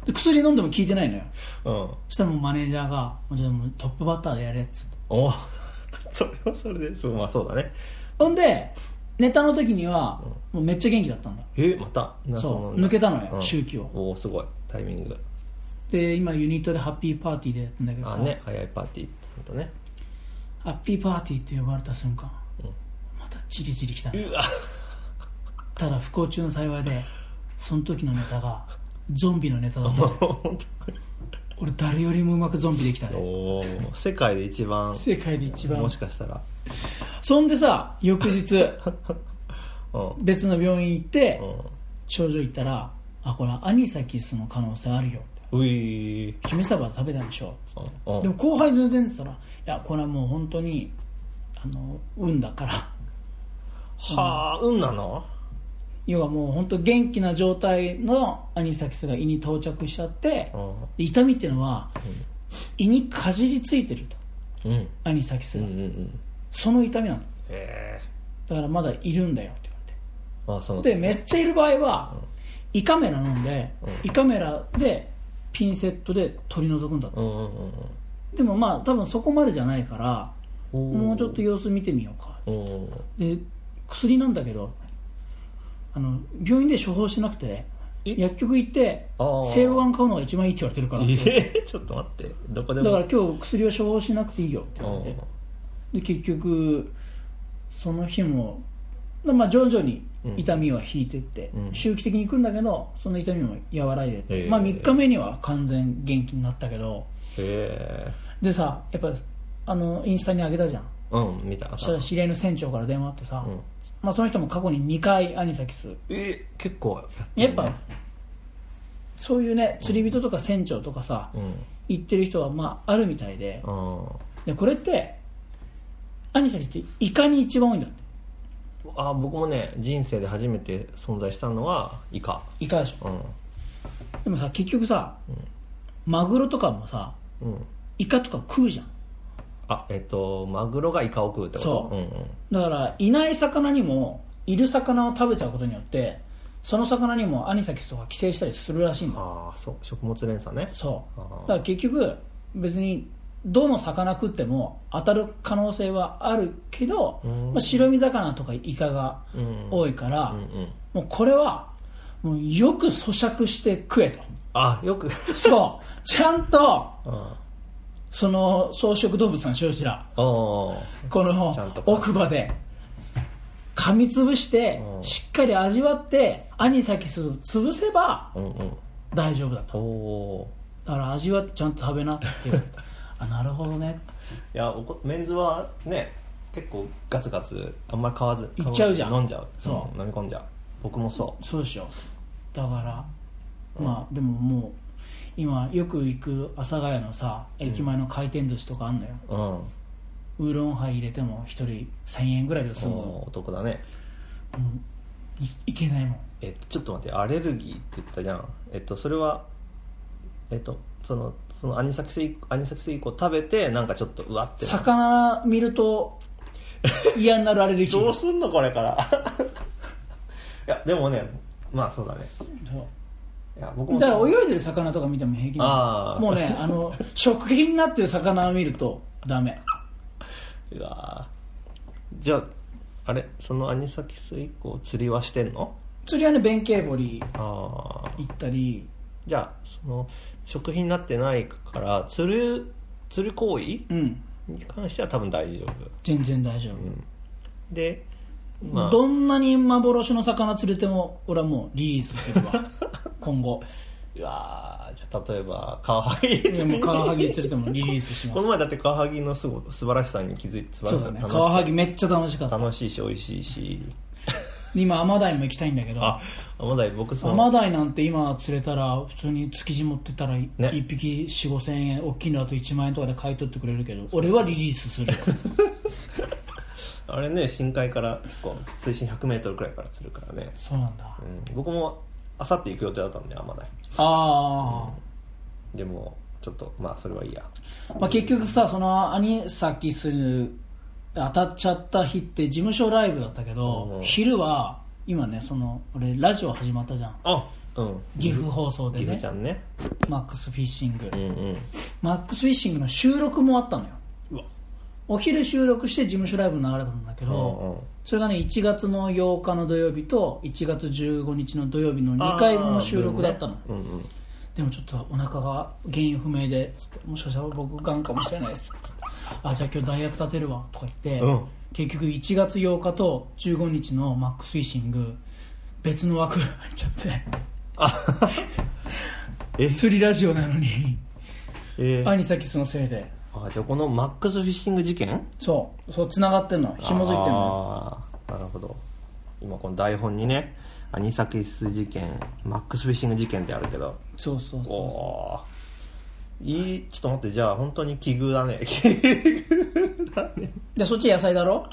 [SPEAKER 3] で薬飲んでも効いてないのよ
[SPEAKER 2] うん
[SPEAKER 3] そしたらもうマネージャーが「もうじゃあもうトップバッターでやれ」っつって
[SPEAKER 2] お (laughs) それはそれでそうまあそうだね
[SPEAKER 3] ほんでネタの時にはもうめっちゃ元気だったんだ
[SPEAKER 2] えまたな
[SPEAKER 3] そう
[SPEAKER 2] の
[SPEAKER 3] 抜けたのよ周期を
[SPEAKER 2] おおすごいタイミング
[SPEAKER 3] で今ユニットでハッピーパーティーでやってんだけど
[SPEAKER 2] あ
[SPEAKER 3] さ、
[SPEAKER 2] ね早いパーティーってことね
[SPEAKER 3] ハッピーパーティーって呼ばれた瞬間、
[SPEAKER 2] うん
[SPEAKER 3] またチリチリ来たの
[SPEAKER 2] うわ
[SPEAKER 3] ただ不幸中の幸いでその時のネタ
[SPEAKER 2] (laughs)
[SPEAKER 3] がゾンビのネタだったの
[SPEAKER 2] 本
[SPEAKER 3] 俺誰よりもうまくゾンビできた
[SPEAKER 2] 当
[SPEAKER 3] ね
[SPEAKER 2] おお世界で一番
[SPEAKER 3] 世界で一番
[SPEAKER 2] もしかしたら
[SPEAKER 3] そんでさ翌
[SPEAKER 2] (laughs)
[SPEAKER 3] 日
[SPEAKER 2] うん
[SPEAKER 3] 別の病院行って
[SPEAKER 2] う
[SPEAKER 3] 症状行ったらあこれアニサキスの可能性あるよ
[SPEAKER 2] んうい
[SPEAKER 3] 姫サバ食べたんでしょ
[SPEAKER 2] うん
[SPEAKER 3] でも後輩全然って言ったら「いやこれはもう本当にあの運だから
[SPEAKER 2] はあ運なの
[SPEAKER 3] 要はもう本当元気な状態のアニサキスが胃に到着しちゃって
[SPEAKER 2] うん
[SPEAKER 3] で痛みっていうのは胃にかじりついてると
[SPEAKER 2] うん
[SPEAKER 3] アニサキス
[SPEAKER 2] うんう
[SPEAKER 3] が、
[SPEAKER 2] んうん
[SPEAKER 3] その痛みなの
[SPEAKER 2] へえ
[SPEAKER 3] だからまだいるんだよって
[SPEAKER 2] あその
[SPEAKER 3] 言われてでめっちゃいる場合は胃カメラ飲んで
[SPEAKER 2] う
[SPEAKER 3] 胃カメラでピンセットで取り除くんだって
[SPEAKER 2] うんうんうん
[SPEAKER 3] でもまあ多分そこまでじゃないから
[SPEAKER 2] うん
[SPEAKER 3] もうちょっと様子見てみようか
[SPEAKER 2] うん
[SPEAKER 3] で薬なんだけどあの病院で処方してなくて
[SPEAKER 2] え
[SPEAKER 3] 薬局行って
[SPEAKER 2] あー
[SPEAKER 3] 西武買うのが一番いいって言われてるから
[SPEAKER 2] えちょっと待ってどこで
[SPEAKER 3] だ
[SPEAKER 2] も
[SPEAKER 3] から今日薬を処方しなくていいよって言われてで結局その日もだまあ徐々に痛みは引いてって、
[SPEAKER 2] うん
[SPEAKER 3] 周期的に行くんだけどその痛みも和らいでって、
[SPEAKER 2] へー
[SPEAKER 3] まあ、3日目には完全元気になったけど
[SPEAKER 2] へえ
[SPEAKER 3] でさやっぱあのインスタに上げたじゃん
[SPEAKER 2] うん見た
[SPEAKER 3] そしたら知り合いの船長から電話あってさ、
[SPEAKER 2] うん
[SPEAKER 3] まあ、その人も過去に2回アニサキス
[SPEAKER 2] え結構
[SPEAKER 3] や
[SPEAKER 2] や
[SPEAKER 3] っ
[SPEAKER 2] ってるね
[SPEAKER 3] ぱそういうね釣り人とか船長とかさ、
[SPEAKER 2] うん
[SPEAKER 3] 行ってる人はまああるみたいで
[SPEAKER 2] あ
[SPEAKER 3] でこれってアニサキスってイカに一番多いんだって
[SPEAKER 2] あ僕もね人生で初めて存在したのはイカ
[SPEAKER 3] イカでしょ
[SPEAKER 2] うん
[SPEAKER 3] でもさ結局さ、マグロとかもさ
[SPEAKER 2] うん
[SPEAKER 3] イカとか食うじゃん
[SPEAKER 2] あえっとマグロがイカを食うってこと
[SPEAKER 3] そう
[SPEAKER 2] うんうん
[SPEAKER 3] だからいない魚にもいる魚を食べちゃうことによってその魚にもアニサキスとか寄生したりするらしいんだ
[SPEAKER 2] ああそう食物連鎖ね
[SPEAKER 3] そ
[SPEAKER 2] あー
[SPEAKER 3] うだから結局別にどの魚食っても当たる可能性はあるけど、
[SPEAKER 2] ん
[SPEAKER 3] まあ、白身魚とかイカが
[SPEAKER 2] うん
[SPEAKER 3] 多いから、
[SPEAKER 2] うんうん
[SPEAKER 3] もうこれはもうよく咀嚼して食えと
[SPEAKER 2] (laughs) あよく
[SPEAKER 3] そうちゃんと
[SPEAKER 2] あ
[SPEAKER 3] その草食動物さんしょうちら
[SPEAKER 2] あー
[SPEAKER 3] この
[SPEAKER 2] ちゃんと
[SPEAKER 3] 奥歯で噛みつぶして
[SPEAKER 2] うん
[SPEAKER 3] しっかり味わってアニサキスを潰せば
[SPEAKER 2] うんうん
[SPEAKER 3] 大丈夫だと
[SPEAKER 2] おお
[SPEAKER 3] だから味わってちゃんと食べなって言われ
[SPEAKER 2] (laughs)
[SPEAKER 3] てあなるほどね
[SPEAKER 2] ーいやおこメンズはね結構ガツガツあんまり買わず
[SPEAKER 3] いっちゃうじゃん
[SPEAKER 2] 買わず飲んじゃう
[SPEAKER 3] そうん
[SPEAKER 2] 飲み込んじゃう僕もそ
[SPEAKER 3] そうでしょだから、まあでももう今よく行く阿佐ヶ谷のさ駅前の回転寿司とかあんのよ、
[SPEAKER 2] ううん
[SPEAKER 3] ウーロンハイ入れても一人1000円ぐらいで済むの
[SPEAKER 2] お男だね
[SPEAKER 3] いいけないもん
[SPEAKER 2] えっとちょっと待ってアレルギーって言ったじゃんえっとそれはえっとそのそのアニサキスイアニサキスイコ食べてなんかちょっとうわって
[SPEAKER 3] 魚見ると嫌になるアレルギー
[SPEAKER 2] どうすんのこれからいやでもねまあそうだね
[SPEAKER 3] そう
[SPEAKER 2] いや僕も
[SPEAKER 3] だか
[SPEAKER 2] そう
[SPEAKER 3] ら泳いでる魚とか見ても平気な
[SPEAKER 2] あ
[SPEAKER 3] の
[SPEAKER 2] ー
[SPEAKER 3] もうねあの食品になってる魚を見るとダメ
[SPEAKER 2] うわーじゃああれそのアニサキス以降釣りはしてんの
[SPEAKER 3] 釣りはね弁慶堀
[SPEAKER 2] ああ
[SPEAKER 3] 行ったり
[SPEAKER 2] じゃあその食品になってないから釣る釣る行為に
[SPEAKER 3] うん
[SPEAKER 2] 関しては多分大丈夫
[SPEAKER 3] 全然大丈夫、
[SPEAKER 2] でまあ
[SPEAKER 3] どんなに幻の魚釣れても俺はもうリリースす
[SPEAKER 2] (laughs)
[SPEAKER 3] るわ今後
[SPEAKER 2] うわーじゃあ例えばカワハギ
[SPEAKER 3] (laughs) いやもうカワハギ釣れてもリリースしま
[SPEAKER 2] こ
[SPEAKER 3] す
[SPEAKER 2] の前だってカワハギのすご素晴らしさに気づいて素晴
[SPEAKER 3] そ
[SPEAKER 2] ら
[SPEAKER 3] う
[SPEAKER 2] しさ
[SPEAKER 3] だね
[SPEAKER 2] 楽し
[SPEAKER 3] カ
[SPEAKER 2] さ
[SPEAKER 3] ワハギめっちゃ楽しかった
[SPEAKER 2] 楽しいし美味しいし
[SPEAKER 3] 今アマダイも行きたいんだけど
[SPEAKER 2] あまだ僕そ
[SPEAKER 3] ア
[SPEAKER 2] の
[SPEAKER 3] マダイなんて今釣れたら普通に築地持ってたらい
[SPEAKER 2] ね
[SPEAKER 3] 1匹4 5千円大きいのだと1万円とかで買い取ってくれるけど俺はリリースする
[SPEAKER 2] (laughs) あれね深海から結構水深 100m くらいから釣るからね、
[SPEAKER 3] そうなんだ
[SPEAKER 2] うん、僕もあさって行く予定だったんでアマダイ
[SPEAKER 3] あ
[SPEAKER 2] でもちょっとまあそれはいいや
[SPEAKER 3] あ、まあ、結局さそのアニサキス当たっちゃった日って事務所ライブだったけ
[SPEAKER 2] う
[SPEAKER 3] ど
[SPEAKER 2] ん
[SPEAKER 3] 昼は今ねその俺ラジオ始まったじゃん
[SPEAKER 2] あうん
[SPEAKER 3] 岐阜放送で
[SPEAKER 2] ギフ
[SPEAKER 3] ね
[SPEAKER 2] ちゃんね
[SPEAKER 3] マックスフィッシング、
[SPEAKER 2] うんうん
[SPEAKER 3] マックスフィッシングの収録もあったのよ
[SPEAKER 2] うわ
[SPEAKER 3] お昼収録して事務所ライブ流れたんだけ
[SPEAKER 2] う
[SPEAKER 3] ど、
[SPEAKER 2] んうん
[SPEAKER 3] それがね1月の8日の土曜日と1月15日の土曜日の2回分の収録だったの、
[SPEAKER 2] うんうん
[SPEAKER 3] でもちょっとお腹が原因不明でつってもしかしたら僕がんかもしれないですつってあじゃあ今日代役立てるわとか言って、
[SPEAKER 2] うん
[SPEAKER 3] 結局1月8日と15日のマックスフィッシング別の枠が入っちゃって
[SPEAKER 2] あ (laughs) え
[SPEAKER 3] 釣りラジオなのに
[SPEAKER 2] えー
[SPEAKER 3] 兄先そのせいで
[SPEAKER 2] あじゃあこのマックスフィッシング事件
[SPEAKER 3] そうそう繋がってんの紐づいてんの
[SPEAKER 2] ああなるほど今この台本にねアニサキス事件マックスフィッシング事件ってあるけど
[SPEAKER 3] そうそう
[SPEAKER 2] お
[SPEAKER 3] そ
[SPEAKER 2] おーいいちょっと待ってじゃあ本当に奇遇だね奇遇だね
[SPEAKER 3] うでそっち野菜だろ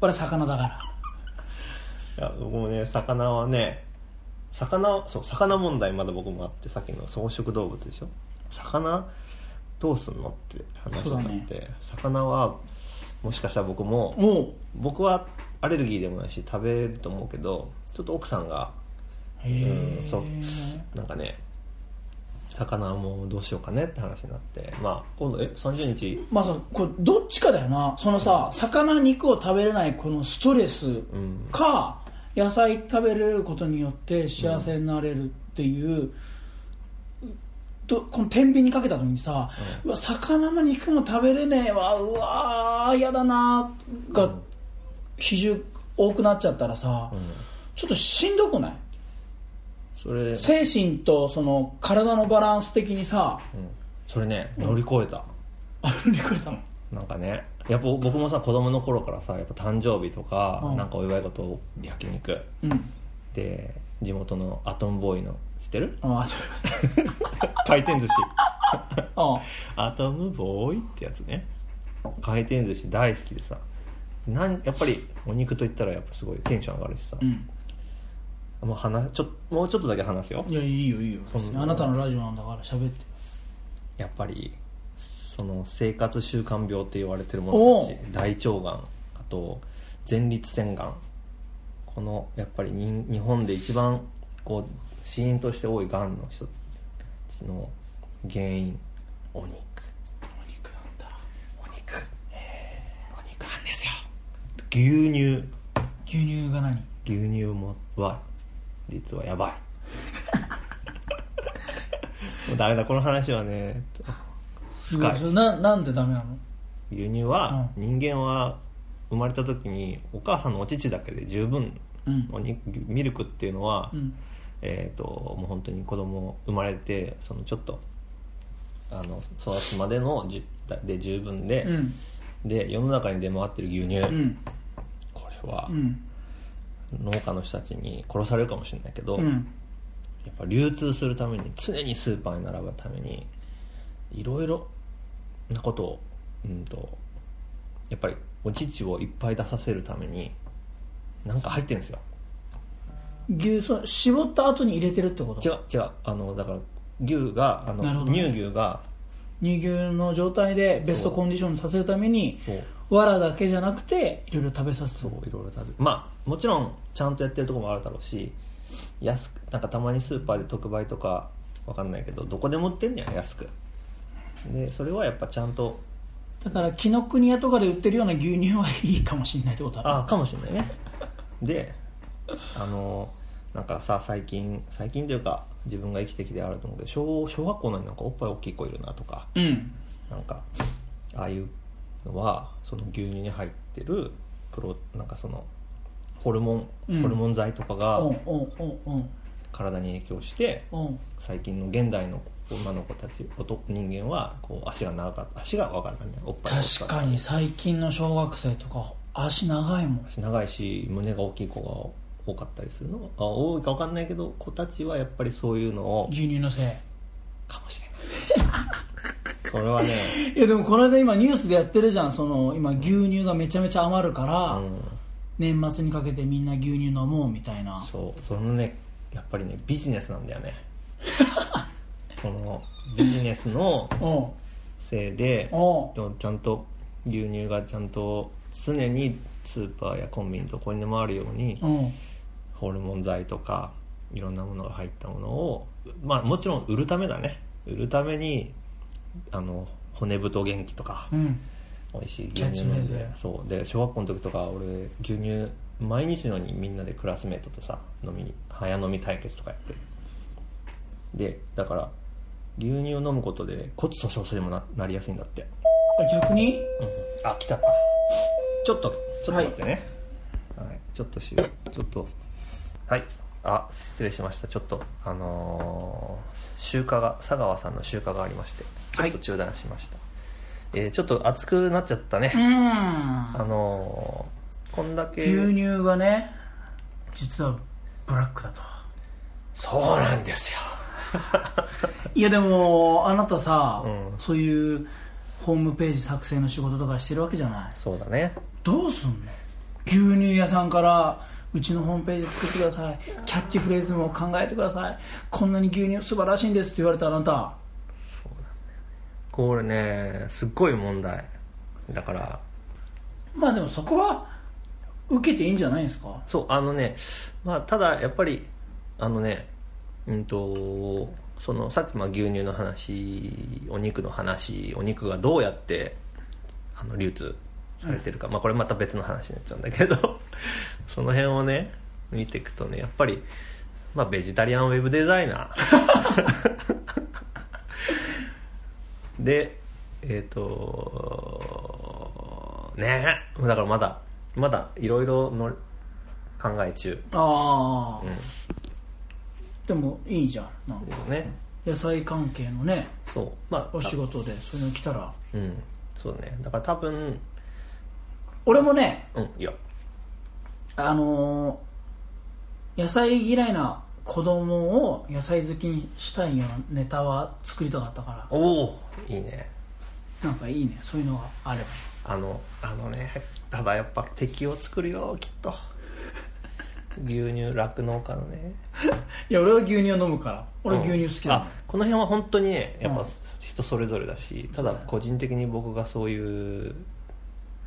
[SPEAKER 3] 俺魚だから
[SPEAKER 2] いや僕もね魚はね魚そう魚問題まだ僕もあってさっきの草食動物でしょ魚どうすんのって話になって、魚はもしかしたら僕も
[SPEAKER 3] おう
[SPEAKER 2] 僕はアレルギーでもないし食べると思うけどちょっと奥さんが
[SPEAKER 3] へえ
[SPEAKER 2] うんそうなんかね魚はもうどうしようかねって話になってまあ今度え30日
[SPEAKER 3] まあさこれどっちかだよなそのさ魚肉を食べれないこのストレス
[SPEAKER 2] うん
[SPEAKER 3] か野菜食べれることによって幸せになれるっていう、とこの天秤にかけた時にさ、うわ魚も肉も食べれねえわうわー嫌だなーが比重多くなっちゃったらさ、
[SPEAKER 2] うん
[SPEAKER 3] ちょっとしんどくない
[SPEAKER 2] それ、うん、
[SPEAKER 3] 精神とその体のバランス的にさ
[SPEAKER 2] それね乗り越えた、
[SPEAKER 3] あれにくれたの
[SPEAKER 2] なんかねやっぱ僕もさ子供の頃からさやっぱ誕生日とか、
[SPEAKER 3] うん
[SPEAKER 2] なんかお祝い事焼肉
[SPEAKER 3] うん
[SPEAKER 2] で地元のアトムボーイの知ってる (laughs)
[SPEAKER 3] あ
[SPEAKER 2] 回転寿司
[SPEAKER 3] (laughs) あ
[SPEAKER 2] アトムボーイってやつね回転寿司大好きでさなんやっぱりお肉といったらやっぱすごいテンション上がるしさ
[SPEAKER 3] う、ん
[SPEAKER 2] もう話ちょもうちょっとだけ話すよ
[SPEAKER 3] いやいいよいいよ別にあなたのラジオなんだから喋って
[SPEAKER 2] やっぱりその生活習慣病って言われてるものたち大腸がんあと前立腺がんこのやっぱりに日本で一番こう死因として多いがんの人たちの原因お肉
[SPEAKER 3] お肉なんだ
[SPEAKER 2] お肉お肉なんですよ牛乳
[SPEAKER 3] 牛乳が何
[SPEAKER 2] 牛乳もは実はや (laughs) ばいもうダメだこの話はね深い
[SPEAKER 3] ななんでダメなの
[SPEAKER 2] 牛乳は人間は生まれた時にお母さんのお乳だけで十分
[SPEAKER 3] うん
[SPEAKER 2] お肉ミルクっていうのは、
[SPEAKER 3] うん
[SPEAKER 2] えー、ともう本当に子供生まれてそのちょっとあの育つまでのじゅで十分で、
[SPEAKER 3] うん
[SPEAKER 2] で世の中に出回ってる牛乳、
[SPEAKER 3] うん
[SPEAKER 2] これは
[SPEAKER 3] うん
[SPEAKER 2] 農家の人たちに殺されるかもしれないけど、
[SPEAKER 3] うん
[SPEAKER 2] やっぱ流通するために常にスーパーに並ぶためにいろいろなことをうんとやっぱりお乳をいっぱい出させるためになんか入ってるんですよ
[SPEAKER 3] 牛そ絞った後に入れてるってこと
[SPEAKER 2] 違う違うあのだから牛があ
[SPEAKER 3] なる
[SPEAKER 2] の
[SPEAKER 3] ほどね
[SPEAKER 2] 乳牛が
[SPEAKER 3] 乳牛の状態でベストコンディションにさせるために
[SPEAKER 2] そう
[SPEAKER 3] 藁だけじゃなくていろいろ食べさせ
[SPEAKER 2] そ
[SPEAKER 3] て
[SPEAKER 2] う
[SPEAKER 3] る
[SPEAKER 2] いろいろ食べまあもちろんちゃんとやってるとこもあるだろうし安くなんかたまにスーパーで特売とかわかんないけどどこでも売ってんねや安くでそれはやっぱちゃんと
[SPEAKER 3] だから紀ノ国屋とかで売ってるような牛乳はいいかもしれないってことだ
[SPEAKER 2] あかもしれないねであのなんかさ最近最近というか自分が生きてきてあると思うけど小小学校なのになんかおっぱい大きい子いるなとか
[SPEAKER 3] うん
[SPEAKER 2] なんかああいうのはその牛乳に入ってるプロなんかそのホルモ
[SPEAKER 3] うん
[SPEAKER 2] ンホルモン剤とかが
[SPEAKER 3] おんおんおんおん
[SPEAKER 2] 体に影響して
[SPEAKER 3] おん
[SPEAKER 2] 最近の現代の女の子たち男人間はこう足が長かった足が分かんないねおっぱいが大き
[SPEAKER 3] 確
[SPEAKER 2] った
[SPEAKER 3] かに最近の小学生とか足長いもん
[SPEAKER 2] 足長いし胸が大きい子が多かったりするのあ多いか分かんないけど子たちはやっぱりそういうのを
[SPEAKER 3] 牛乳のせい
[SPEAKER 2] かもしれないそれはね、
[SPEAKER 3] いやでもこの間今ニュースでやってるじゃんその今牛乳がめちゃめちゃ余るから、
[SPEAKER 2] うん、
[SPEAKER 3] 年末にかけてみんな牛乳飲もうみたいな
[SPEAKER 2] そうそのねやっぱりねビジネスなんだよねそのビジネスの
[SPEAKER 3] おう
[SPEAKER 2] せいで
[SPEAKER 3] おう
[SPEAKER 2] でもちゃんと牛乳がちゃんと常にスーパーやコンビニどこにでもあるように
[SPEAKER 3] おう
[SPEAKER 2] ホルモン剤とかいろんなものが入ったものを、まあ、もちろん売るためだね売るためにあの骨太元気とか、
[SPEAKER 3] うん
[SPEAKER 2] 美味しい
[SPEAKER 3] キャッ
[SPEAKER 2] 牛
[SPEAKER 3] チ
[SPEAKER 2] 乳
[SPEAKER 3] フレ
[SPEAKER 2] 飲
[SPEAKER 3] ー
[SPEAKER 2] ん
[SPEAKER 3] ズ
[SPEAKER 2] でそうで小学校の時とか俺牛乳毎日のようにみんなでクラスメートとさ飲み早飲み対決とかやってでだから牛乳を飲むことで骨粗しょう症にもななりやすいんだって、
[SPEAKER 3] あ逆に
[SPEAKER 2] あ来ちゃったちょっとちょっと待ってねはい、ちょっとしちょっとはいあ失礼しましたちょっとあのー、集荷が佐川さんの集荷がありましてちょっと中断しました、えーちょっと熱くなっちゃったね、
[SPEAKER 3] うん
[SPEAKER 2] あのーこんだけ
[SPEAKER 3] 牛乳がね実はブラックだと
[SPEAKER 2] そうなんですよ (laughs)
[SPEAKER 3] いやでもあなたさ、
[SPEAKER 2] うん
[SPEAKER 3] そういうホームページ作成の仕事とかしてるわけじゃない
[SPEAKER 2] そうだね
[SPEAKER 3] どうすんの牛乳屋さんからうちのホームページ作ってくださいキャッチフレーズも考えてくださいこんなに牛乳素晴らしいんですって言われたらあなた
[SPEAKER 2] これねすっごい問題だから
[SPEAKER 3] まあでもそこは受けていいんじゃないですか
[SPEAKER 2] そうあのねまあただやっぱりあのねうんとそのさっきまあ牛乳の話お肉の話お肉がどうやってあの流通されてるか、まあこれまた別の話になっちゃうんだけど (laughs) その辺をね見ていくとねやっぱり、まあ、ベジタリアンウェブデザイナー (laughs) でえっ、とねだからまだまだいろいろの考え中
[SPEAKER 3] ああ、
[SPEAKER 2] うん
[SPEAKER 3] でもいいじゃんなんか
[SPEAKER 2] ですよね
[SPEAKER 3] 野菜関係のね
[SPEAKER 2] そうまあ
[SPEAKER 3] お仕事でそういうの来たら
[SPEAKER 2] うんそうねだから多分
[SPEAKER 3] 俺もね
[SPEAKER 2] うんいや
[SPEAKER 3] あのー野菜嫌いな子供を野菜好きにしたいようなネタは作りたかったか
[SPEAKER 2] おおいいね
[SPEAKER 3] らなんかいいねそういうのがあれば
[SPEAKER 2] あのあのねただやっぱ敵を作るよきっ
[SPEAKER 3] (laughs)
[SPEAKER 2] と牛乳酪農家のね
[SPEAKER 3] いや俺は牛乳を飲むから俺
[SPEAKER 2] うん
[SPEAKER 3] 牛乳好きだもん
[SPEAKER 2] あこの辺は本当にねやっ
[SPEAKER 3] うん
[SPEAKER 2] ぱ人それぞれだし、ただ個人的に僕がそういう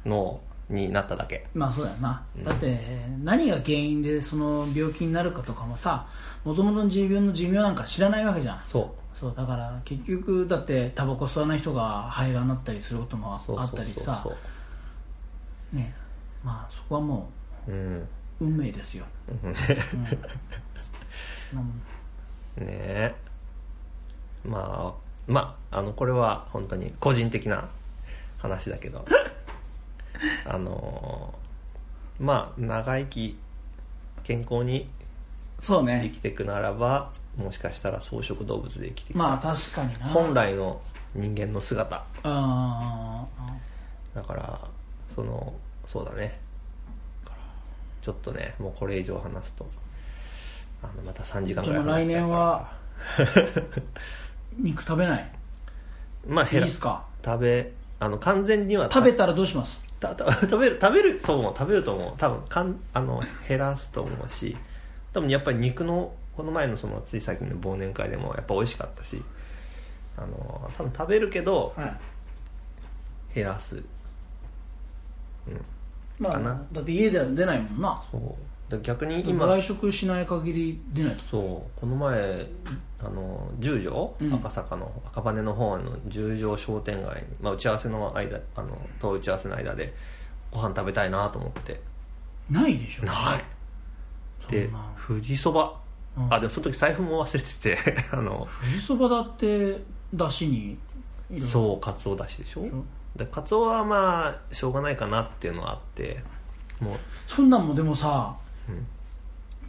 [SPEAKER 2] のになっただけ
[SPEAKER 3] まあそうだよな、
[SPEAKER 2] うん
[SPEAKER 3] だって何が原因でその病気になるかとかもさもともとの持病の寿命なんか知らないわけじゃん
[SPEAKER 2] そ
[SPEAKER 3] そうだから結局だってタバコ吸わない人が肺がんになったりすることも
[SPEAKER 2] うそう
[SPEAKER 3] あ
[SPEAKER 2] そう
[SPEAKER 3] っ
[SPEAKER 2] そう
[SPEAKER 3] たりさ
[SPEAKER 2] そう
[SPEAKER 3] ねまあそこはも
[SPEAKER 2] うん
[SPEAKER 3] う運命ですよ、
[SPEAKER 2] うん
[SPEAKER 3] うんうん
[SPEAKER 2] ねえまあまああのこれは本当に個人的な話だけ
[SPEAKER 3] (laughs)
[SPEAKER 2] どあのまあ長生き健康に
[SPEAKER 3] そう
[SPEAKER 2] 生
[SPEAKER 3] ね
[SPEAKER 2] きていくならばもしかしたら草食動物で生きていく、
[SPEAKER 3] まあ確かにな
[SPEAKER 2] 本来の人間の姿
[SPEAKER 3] あ
[SPEAKER 2] だからそのそうだねだからちょっとねもうこれ以上話すとあのまた3時間ぐらい話しちゃうから
[SPEAKER 3] 肉食べない
[SPEAKER 2] (laughs) まあ
[SPEAKER 3] いい
[SPEAKER 2] 減
[SPEAKER 3] で
[SPEAKER 2] ら
[SPEAKER 3] すか
[SPEAKER 2] 食べあの完全には
[SPEAKER 3] 食べたらどうします
[SPEAKER 2] たた (laughs) 食べる食べると思う食べると思う多分かんあの減らすと思うし多分やっぱり肉のこの前のそのつい最近の忘年会でもやっぱ美味しかったしあの多分食べるけど
[SPEAKER 3] はい
[SPEAKER 2] 減らす
[SPEAKER 3] ま
[SPEAKER 2] か
[SPEAKER 3] あ
[SPEAKER 2] な
[SPEAKER 3] だって家では出ないもんな
[SPEAKER 2] そうで逆に今
[SPEAKER 3] 外食しない限り出ないと
[SPEAKER 2] そうこの前あの十条、
[SPEAKER 3] うん
[SPEAKER 2] 赤坂の赤羽の方の十条商店街に、まあ、打ち合わせの間あのと打ち合わせの間でご飯食べたいなと思って
[SPEAKER 3] ないでしょ
[SPEAKER 2] ないで
[SPEAKER 3] そんな
[SPEAKER 2] 富士そば
[SPEAKER 3] うん
[SPEAKER 2] あでもその時財布も忘れて (laughs) てあの
[SPEAKER 3] 富士そばだってだしにいろいろ
[SPEAKER 2] そうかつおだしでしょ
[SPEAKER 3] ん
[SPEAKER 2] でかつおはまあしょうがないかなっていうのはあってもう
[SPEAKER 3] そんなんもでもさ、
[SPEAKER 2] うん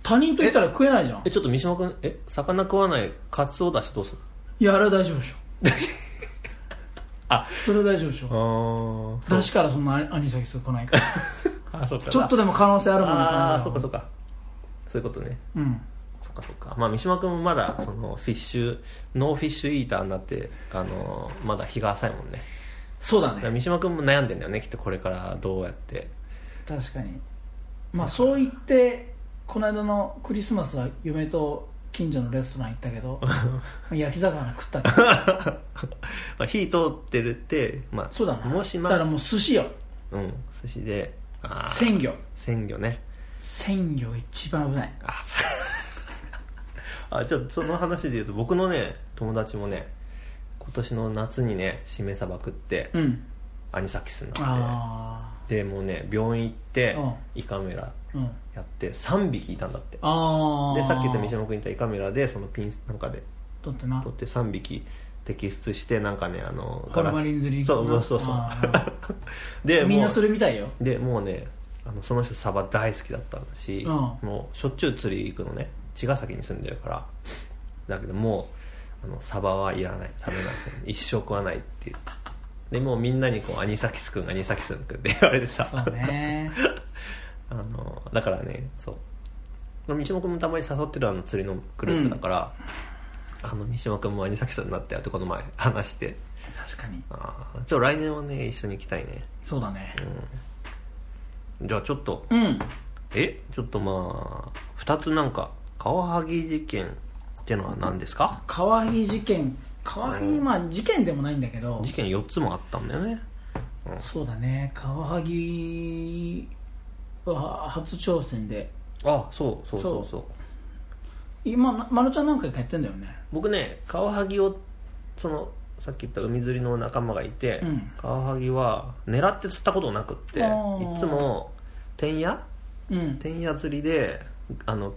[SPEAKER 3] 他人と言ったら食えないじゃん
[SPEAKER 2] えちょっと三島君え魚食わないかつおだしどうする
[SPEAKER 3] いやあれは大丈夫でしょ
[SPEAKER 2] (laughs) あ
[SPEAKER 3] それは大丈夫でしょ
[SPEAKER 2] あ
[SPEAKER 3] 出しからそんなアニサキス来ないから
[SPEAKER 2] あ (laughs) そっか
[SPEAKER 3] ちょっとでも可能性あるもんね
[SPEAKER 2] ああーそっか
[SPEAKER 3] 体
[SPEAKER 2] そ
[SPEAKER 3] は
[SPEAKER 2] っかそういうことね
[SPEAKER 3] うん
[SPEAKER 2] そっかそっかまあ三島君もまだそのフィッシュノーフィッシュイーターになってあのまだ日が浅いもんね
[SPEAKER 3] そうだ
[SPEAKER 2] だから
[SPEAKER 3] ね
[SPEAKER 2] 三島君も悩んでんだよねきっとこれからどうやって
[SPEAKER 3] 確かにまあそう言ってこの間のクリスマスは嫁と近所のレストラン行った
[SPEAKER 2] (laughs)
[SPEAKER 3] けどまあ焼き魚食ったけど
[SPEAKER 2] まあ火通ってるって、まあ、
[SPEAKER 3] そうだな
[SPEAKER 2] もしま
[SPEAKER 3] だからもう寿司よ
[SPEAKER 2] うん寿司であー
[SPEAKER 3] 鮮魚
[SPEAKER 2] 鮮魚ね
[SPEAKER 3] 鮮魚が一番危ない
[SPEAKER 2] ああちょっとその話で言うと僕のね友達もね今年の夏にねしめ鯖食って、
[SPEAKER 3] うん
[SPEAKER 2] アニサキスになっ
[SPEAKER 3] あ
[SPEAKER 2] てでもうね病院行って
[SPEAKER 3] うん
[SPEAKER 2] 胃カメラ
[SPEAKER 3] あうん
[SPEAKER 2] やって3匹いたんだって
[SPEAKER 3] ああ
[SPEAKER 2] でさっき言った三島君いた胃カメラでそのピンなんかで
[SPEAKER 3] 取ってな
[SPEAKER 2] 取って3匹摘出してなんかねあの
[SPEAKER 3] ホルマリン釣り
[SPEAKER 2] そうそうそうそう
[SPEAKER 3] あ
[SPEAKER 2] (laughs) で
[SPEAKER 3] みん
[SPEAKER 2] もう
[SPEAKER 3] なするみたいよ
[SPEAKER 2] でもうねあのその人サバ大好きだったし、
[SPEAKER 3] うん
[SPEAKER 2] もうしょっちゅう釣り行くのね茅ヶ崎に住んでるからだけどもうあのサバはいらない食べないですよ一生食わないっていうでもうみんなにこう「アニサキスくんアニサキスくん」って言われてさ
[SPEAKER 3] そう
[SPEAKER 2] (laughs)
[SPEAKER 3] ね
[SPEAKER 2] あのだからねそう三島君もたまに誘ってるあの釣りのグループだから、あの三島君もアニサキスになったよってこの前話して
[SPEAKER 3] 確かに
[SPEAKER 2] ああちょ来年はね一緒に行きたいね
[SPEAKER 3] そうだね
[SPEAKER 2] じゃあちょっと
[SPEAKER 3] うん
[SPEAKER 2] えちょっとまあ2つなんかカワハギ事件ってのは何ですか
[SPEAKER 3] 川合事件川合
[SPEAKER 2] うん
[SPEAKER 3] まあ事件でもないんだけど
[SPEAKER 2] 事件4つもあったんだよね
[SPEAKER 3] そうだね川萩は初挑戦で
[SPEAKER 2] あそうそうそうそう
[SPEAKER 3] 今なまるちゃん何回かやってんだよね
[SPEAKER 2] 僕ねカワハギをそのさっき言った海釣りの仲間がいて、
[SPEAKER 3] うん
[SPEAKER 2] カワハギは狙って釣ったことなくってい
[SPEAKER 3] あー
[SPEAKER 2] つもてんや
[SPEAKER 3] うん
[SPEAKER 2] てんや釣りであの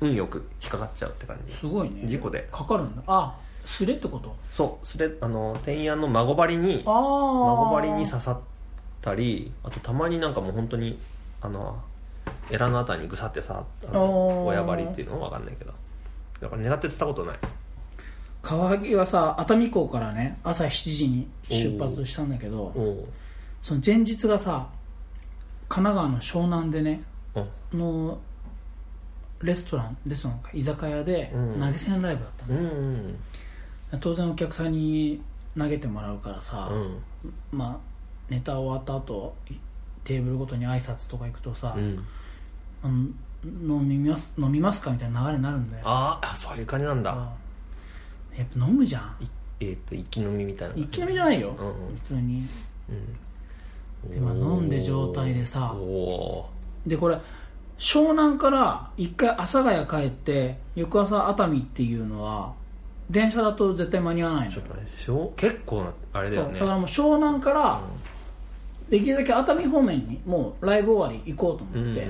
[SPEAKER 2] 運よく引っかかっちゃうって感じ
[SPEAKER 3] すごいね
[SPEAKER 2] 事故で
[SPEAKER 3] かかるんだあすれってこと
[SPEAKER 2] そうそれあのてんやの孫針に
[SPEAKER 3] ああ
[SPEAKER 2] 孫針に刺さったりあとたまになんかもう本当にあのエラのあたりにぐさってさあの
[SPEAKER 3] おー
[SPEAKER 2] 親針っていうのは分かんないけどだから狙って釣ったことない
[SPEAKER 3] 川萩はさ熱海港からね朝7時に出発したんだけど
[SPEAKER 2] おお
[SPEAKER 3] その前日がさ神奈川の湘南でねのレストランレストランか居酒屋で
[SPEAKER 2] うん
[SPEAKER 3] 投げ銭ライブだったの
[SPEAKER 2] うんうん
[SPEAKER 3] 当然お客さんに投げてもらうからさ、
[SPEAKER 2] うん
[SPEAKER 3] まあネタ終わった後いテーブルごとに挨拶とか行くとさ、
[SPEAKER 2] うん
[SPEAKER 3] あの飲みます飲みますかみたいな流れになるんだよ
[SPEAKER 2] あーあそういう感じなんだ
[SPEAKER 3] うんやっぱ飲むじゃん
[SPEAKER 2] いえっ、と生き飲みみたいな
[SPEAKER 3] 一気飲みじゃないよ、
[SPEAKER 2] うんうん
[SPEAKER 3] 普通に
[SPEAKER 2] うん
[SPEAKER 3] でまあ飲んで状態でさ
[SPEAKER 2] おお
[SPEAKER 3] でこれ湘南から一回阿佐ヶ谷帰って翌朝熱海っていうのは電車だと絶対間に合わないの
[SPEAKER 2] ーちょ
[SPEAKER 3] よ
[SPEAKER 2] っとねしょ結構なあれだよね
[SPEAKER 3] そうだからもう湘南からできるだけ熱海方面にもうライブ終わり行こうと
[SPEAKER 2] うんう
[SPEAKER 3] 思っ
[SPEAKER 2] ん
[SPEAKER 3] て、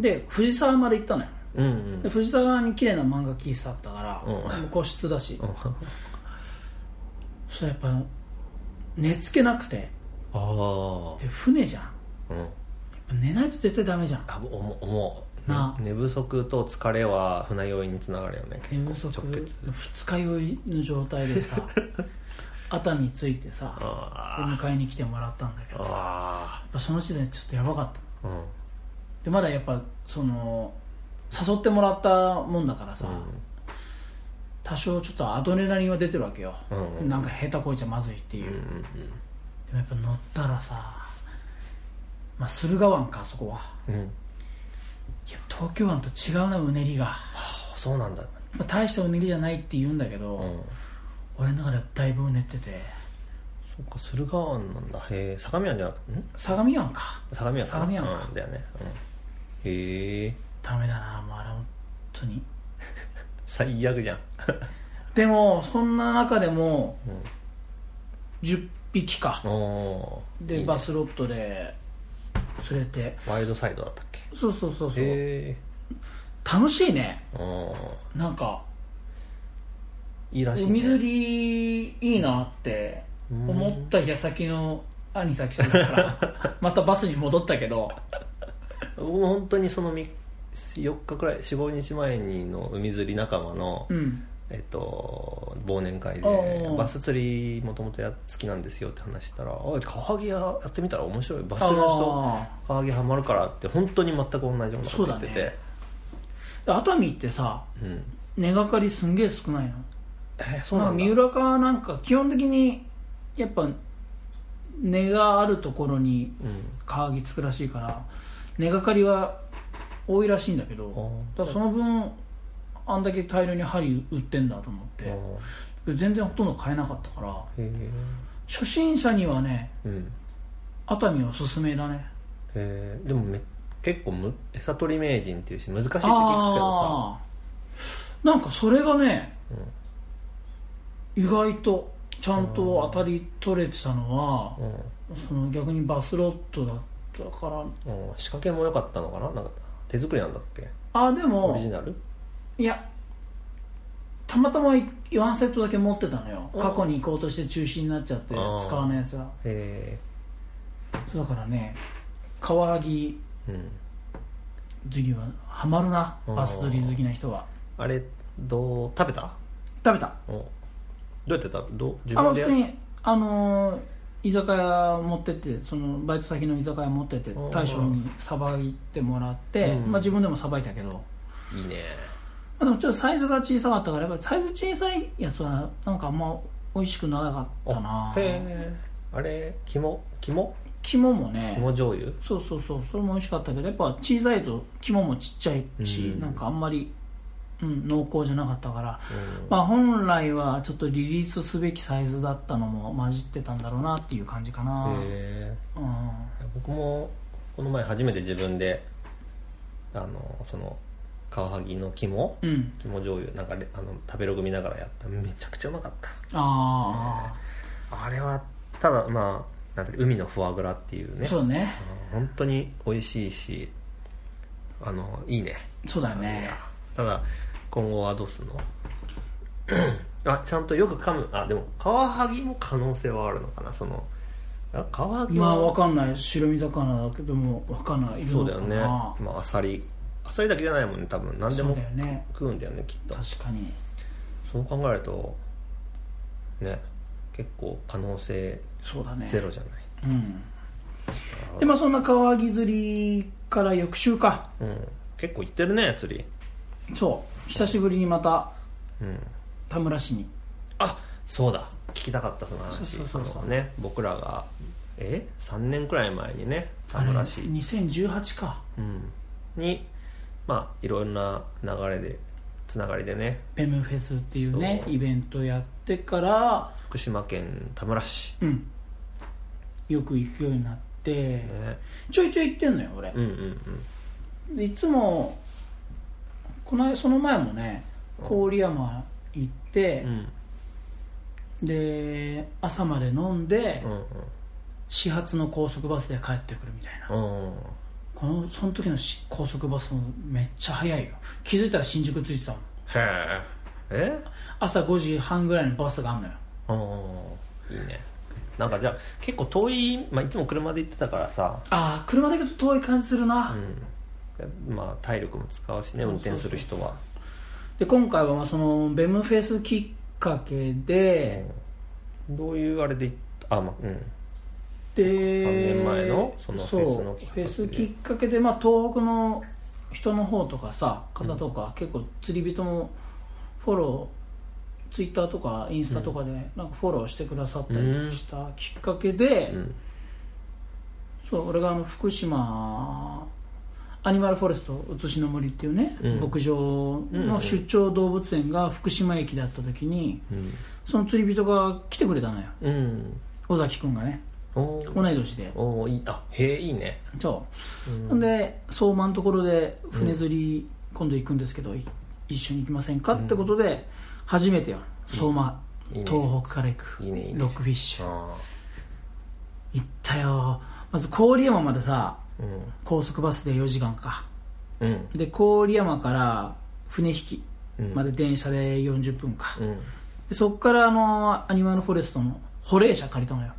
[SPEAKER 3] で藤沢まで行ったのよ
[SPEAKER 2] うんうん
[SPEAKER 3] で藤沢に綺麗な漫画喫茶あったから、
[SPEAKER 2] うん
[SPEAKER 3] もう個室だし、
[SPEAKER 2] うんあ
[SPEAKER 3] そしたらやっぱ寝つけなくて
[SPEAKER 2] あ
[SPEAKER 3] で船じゃんや
[SPEAKER 2] うん
[SPEAKER 3] っぱ寝ないと絶対ダメじゃん
[SPEAKER 2] あ思う思う
[SPEAKER 3] なあ
[SPEAKER 2] ね寝不足と疲れは船酔いにつながるよね
[SPEAKER 3] 寝不足
[SPEAKER 2] 結構直結
[SPEAKER 3] 二日酔いの状態
[SPEAKER 2] (laughs)
[SPEAKER 3] でさ熱海着いてさで
[SPEAKER 2] あ
[SPEAKER 3] 迎えに来てもらったんだけ
[SPEAKER 2] ー
[SPEAKER 3] どさやっ
[SPEAKER 2] あ
[SPEAKER 3] ぱその時点でちょっとやばかった
[SPEAKER 2] ーうん
[SPEAKER 3] でまだやっぱその誘ってもらったもんだからさ、多少ちょっとアドレナリンは出てるわけよ、
[SPEAKER 2] うんうん
[SPEAKER 3] なんか下手こいちゃまずいっていう、
[SPEAKER 2] うんう
[SPEAKER 3] で
[SPEAKER 2] ん
[SPEAKER 3] もやっぱ乗ったらさ、まあ、駿河湾かあそこは
[SPEAKER 2] うんうん
[SPEAKER 3] いや東京湾と違うなうねりが、
[SPEAKER 2] あそうなんだ
[SPEAKER 3] まあ、大したうねりじゃないって言うんだけど、
[SPEAKER 2] うん
[SPEAKER 3] 俺の中ではだいぶうねってて
[SPEAKER 2] そっか駿河湾なんだへえ相模湾じゃなくてん
[SPEAKER 3] 相模湾か
[SPEAKER 2] 相模湾
[SPEAKER 3] 相模湾か
[SPEAKER 2] うんだよねうんへえ
[SPEAKER 3] ダメだなもうあれ本当に
[SPEAKER 2] 最悪じゃん
[SPEAKER 3] でもそんな中でも
[SPEAKER 2] うん
[SPEAKER 3] 10匹か、
[SPEAKER 2] おーいい
[SPEAKER 3] で
[SPEAKER 2] ね
[SPEAKER 3] バスロットで連れて
[SPEAKER 2] ワイルドサイドだったっけ
[SPEAKER 3] そうそうそうそう
[SPEAKER 2] へえ
[SPEAKER 3] 楽しいね
[SPEAKER 2] うん
[SPEAKER 3] なんか
[SPEAKER 2] いいらしいね
[SPEAKER 3] 海釣りいいなって思った矢先の兄さきさんから
[SPEAKER 2] (laughs)
[SPEAKER 3] またバスに戻ったけど
[SPEAKER 2] 僕も本当にそのみ4日くらい45日前にの海釣り仲間の、
[SPEAKER 3] うん
[SPEAKER 2] えっと、忘年会
[SPEAKER 3] おうお
[SPEAKER 2] で
[SPEAKER 3] う
[SPEAKER 2] バス釣りもともと好きなんですよって話したら「あカワハギややってみたら面白いバス釣りの人
[SPEAKER 3] あ
[SPEAKER 2] カワハギハマるから」って本当に全く同じようなこと言って
[SPEAKER 3] そうだ
[SPEAKER 2] て
[SPEAKER 3] ねー熱海ってさ
[SPEAKER 2] うん
[SPEAKER 3] 根がかりすんげえ少ないの
[SPEAKER 2] えーそう
[SPEAKER 3] な
[SPEAKER 2] なんん
[SPEAKER 3] か
[SPEAKER 2] だ
[SPEAKER 3] 三浦かなんか基本的にやっぱ根があるところに
[SPEAKER 2] うん
[SPEAKER 3] 川木つくらしいから根がかりは多いらしいんだけど
[SPEAKER 2] あ
[SPEAKER 3] だからその分あんだけ大量に針売ってんだと思って
[SPEAKER 2] あ
[SPEAKER 3] 全然ほとんど買えなかったから
[SPEAKER 2] へえ
[SPEAKER 3] 初心者にはね
[SPEAKER 2] うん
[SPEAKER 3] 熱海おすすめだね
[SPEAKER 2] へえでもめ結構む餌取り名人っていうし難しいって聞くけどさ
[SPEAKER 3] ああなんかそれがね、意外とちゃんと当たり取れてたのは、その逆にバスロットだったから
[SPEAKER 2] うん、仕掛けも良かったのかななんか手作りなんだっけ
[SPEAKER 3] あで
[SPEAKER 2] オリジ
[SPEAKER 3] も
[SPEAKER 2] ナル
[SPEAKER 3] いやたまたま1セットだけ持ってたのよ
[SPEAKER 2] うん
[SPEAKER 3] 過去に行こうとして中止になっちゃって使
[SPEAKER 2] あー
[SPEAKER 3] わないやつは
[SPEAKER 2] へ
[SPEAKER 3] そうだからね川木
[SPEAKER 2] えうん
[SPEAKER 3] 釣りはハマるな
[SPEAKER 2] うん
[SPEAKER 3] バス釣り好きな人は
[SPEAKER 2] あれどう食べた
[SPEAKER 3] 食べた
[SPEAKER 2] うんどうやって食べどう自
[SPEAKER 3] あの
[SPEAKER 2] 分で
[SPEAKER 3] 普
[SPEAKER 2] や
[SPEAKER 3] 通にあのー居酒屋持ってってそのバイト先の居酒屋持ってって
[SPEAKER 2] うん
[SPEAKER 3] 大将にさばいてもらって、
[SPEAKER 2] うん
[SPEAKER 3] まあ、自分でもさばいたけど、ま
[SPEAKER 2] いいね
[SPEAKER 3] あ、でもちょっとサイズが小さかったからやっぱりサイズ小さいやつはなんかあんま美味しくなかったな
[SPEAKER 2] へえあれ肝肝
[SPEAKER 3] 肝もね
[SPEAKER 2] 肝醤油
[SPEAKER 3] そうそうそうそれも美味しかったけどやっぱ小さいと肝もちっちゃいし、
[SPEAKER 2] うん
[SPEAKER 3] なんかあんまり、うん、濃厚じゃなかったから、
[SPEAKER 2] うん
[SPEAKER 3] まあ、本来はちょっとリリースすべきサイズだったのも混じってたんだろうなっていう感じかな、
[SPEAKER 2] へえ
[SPEAKER 3] うん
[SPEAKER 2] いや僕もこの前初めて自分であのそのカワハギの肝
[SPEAKER 3] うん、
[SPEAKER 2] 肝醤油なんかレあの食べログ見ながらやっためちゃくちゃうまかった
[SPEAKER 3] あ
[SPEAKER 2] あれはただまあなんだっけ海のフォアグラっていう
[SPEAKER 3] あ、
[SPEAKER 2] ね
[SPEAKER 3] そうね
[SPEAKER 2] あの本当に美味しいしあのいいね
[SPEAKER 3] そうだね
[SPEAKER 2] ただ今後はどうすんの (coughs) あちゃんとよく噛むあでもカワハギも可能性はあるのかなそのあカワハギ
[SPEAKER 3] まあ
[SPEAKER 2] は
[SPEAKER 3] わかんない白身魚だけどもわかんないいる
[SPEAKER 2] そ
[SPEAKER 3] の
[SPEAKER 2] う
[SPEAKER 3] か
[SPEAKER 2] だ
[SPEAKER 3] な
[SPEAKER 2] よねまあアサリアサリだけじゃないもんね多分何で
[SPEAKER 3] そう
[SPEAKER 2] も
[SPEAKER 3] だよね
[SPEAKER 2] 食うんだよねきっと
[SPEAKER 3] 確かに
[SPEAKER 2] そう考えるとね結構可能性
[SPEAKER 3] そうだね
[SPEAKER 2] ゼロじゃない、
[SPEAKER 3] うんでまあそんな川木釣りから翌週か
[SPEAKER 2] うん、結構行ってるね釣り
[SPEAKER 3] そう久しぶりにまた
[SPEAKER 2] うん
[SPEAKER 3] 田村市に
[SPEAKER 2] あそうだ聞きたかったその話
[SPEAKER 3] そうそうそうそう
[SPEAKER 2] あのね僕らがえ3年くらい前にね田村市、
[SPEAKER 3] あれ2018か
[SPEAKER 2] うん、にまあいろんな流れでつながりでね
[SPEAKER 3] ペムフェスっていうね
[SPEAKER 2] そう
[SPEAKER 3] イベントやってから
[SPEAKER 2] 福島県田村市
[SPEAKER 3] うんよく行くようになって、
[SPEAKER 2] ね
[SPEAKER 3] ちょいちょい行ってんのよ俺、
[SPEAKER 2] うんうんうん
[SPEAKER 3] でいつもこの間その前もね郡山行って
[SPEAKER 2] う、ん
[SPEAKER 3] で朝まで飲んで、
[SPEAKER 2] うん
[SPEAKER 3] 始発の高速バスで帰ってくるみたいな、
[SPEAKER 2] うんうん
[SPEAKER 3] このその時のし高速バスもめっちゃ早いよ気づいたら新宿着いてたもん
[SPEAKER 2] へええ
[SPEAKER 3] 朝5時半ぐらいのバスがあんのよ
[SPEAKER 2] うんいいねなんかじゃあ結構遠い、まあ、いつも車で行ってたからさ、
[SPEAKER 3] ああ車だけど遠い感じするな、
[SPEAKER 2] うん、まあ体力も使うしね
[SPEAKER 3] そう
[SPEAKER 2] 運
[SPEAKER 3] そうそう
[SPEAKER 2] 転する人は
[SPEAKER 3] で今回はまあそのベムフェスきっかけで、
[SPEAKER 2] どういうあれで行ったあまあうん
[SPEAKER 3] で
[SPEAKER 2] 3年前のそのフェスのきっかけで
[SPEAKER 3] そうフェスきっかけで、まあ、東北の人の方とかさ方とか、結構釣り人もフォローツイッターとかインスタとかでなんかフォローしてくださったりしたきっかけで、
[SPEAKER 2] うん
[SPEAKER 3] そう俺があの福島アニマルフォレスト写しの森っていうね、
[SPEAKER 2] うん
[SPEAKER 3] 牧場の出張動物園が福島駅だった時に
[SPEAKER 2] うん
[SPEAKER 3] その釣り人が来てくれたのよ
[SPEAKER 2] うん
[SPEAKER 3] 尾崎君がね
[SPEAKER 2] おー
[SPEAKER 3] 同い年で
[SPEAKER 2] おーいいあへえいいね
[SPEAKER 3] そう
[SPEAKER 2] うん
[SPEAKER 3] ほんで相馬のところで船釣り今度行くんですけど、い一緒に行きませんかってことで初めてよ相馬、
[SPEAKER 2] いいね
[SPEAKER 3] 東北から行く
[SPEAKER 2] いいねいいね
[SPEAKER 3] ロックフィッシュ
[SPEAKER 2] あ
[SPEAKER 3] 行ったよまず郡山までさ
[SPEAKER 2] ーうん
[SPEAKER 3] 高速バスで4時間か
[SPEAKER 2] うん
[SPEAKER 3] で郡山から船引きまで電車で40分か、
[SPEAKER 2] うん
[SPEAKER 3] でそっからあのアニマルフォレストの保冷車借りたのよ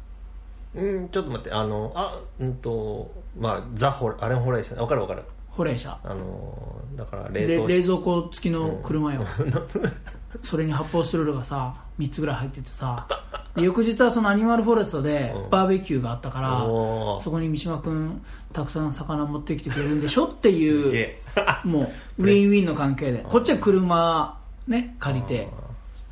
[SPEAKER 2] うん、ちょっと待ってあのあうんとまあザホあれもホレーションわかるわかる
[SPEAKER 3] 保冷車
[SPEAKER 2] あのだから冷
[SPEAKER 3] 冷
[SPEAKER 2] 凍
[SPEAKER 3] 冷
[SPEAKER 2] し
[SPEAKER 3] 蔵庫付きの車
[SPEAKER 2] (laughs)
[SPEAKER 3] よ、それに発泡スチロールがさ3つぐらい入っててさで翌日はそのアニマルフォレストで
[SPEAKER 2] うん
[SPEAKER 3] バーベキューがあったから、
[SPEAKER 2] おー
[SPEAKER 3] そこに三島君たくさん魚持ってきてくれるんでしょって
[SPEAKER 2] すげ
[SPEAKER 3] いう
[SPEAKER 2] え (laughs)
[SPEAKER 3] (laughs) もうウィンウィンの関係でこっちは車ね借りて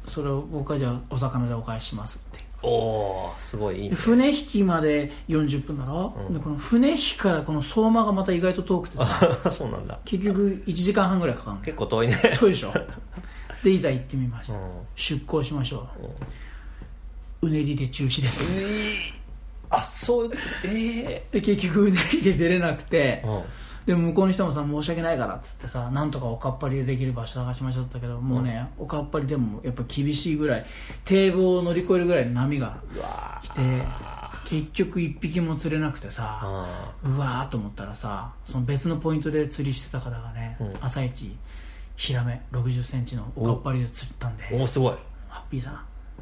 [SPEAKER 3] それを僕はじゃあお魚でお返ししますって
[SPEAKER 2] おおーすごいいいね
[SPEAKER 3] で
[SPEAKER 2] (laughs)
[SPEAKER 3] 船引きまで40分だろ、
[SPEAKER 2] うん
[SPEAKER 3] でこの船引きからこの相馬がまた意外と遠くてさ
[SPEAKER 2] そうなんだ
[SPEAKER 3] 結局1時間半ぐらいかかるの
[SPEAKER 2] (laughs) 結構遠いね
[SPEAKER 3] 遠いでしょでいざ行ってみまし
[SPEAKER 2] う
[SPEAKER 3] た、
[SPEAKER 2] ん
[SPEAKER 3] 出航しましょううねりで中止です
[SPEAKER 2] あそうええ
[SPEAKER 3] で結局うねりで出れなくて
[SPEAKER 2] うん
[SPEAKER 3] でも向こうの人もさ申し訳ないからっつってさなんとかおかっぱりでできる場所探しましょうって言ったけどもうね、おかっぱりでもやっぱ厳しいぐらい堤防を乗り越えるぐらいの波が
[SPEAKER 2] わ
[SPEAKER 3] 来て結局一匹も釣れなくてさ、
[SPEAKER 2] あ
[SPEAKER 3] うわーと思ったらさその別のポイントで釣りしてた方がね、
[SPEAKER 2] うん
[SPEAKER 3] 朝一ヒラメ6 0ンチのおかっぱりで釣ったんで
[SPEAKER 2] ーおーす (laughs) ごい
[SPEAKER 3] ハッピーさん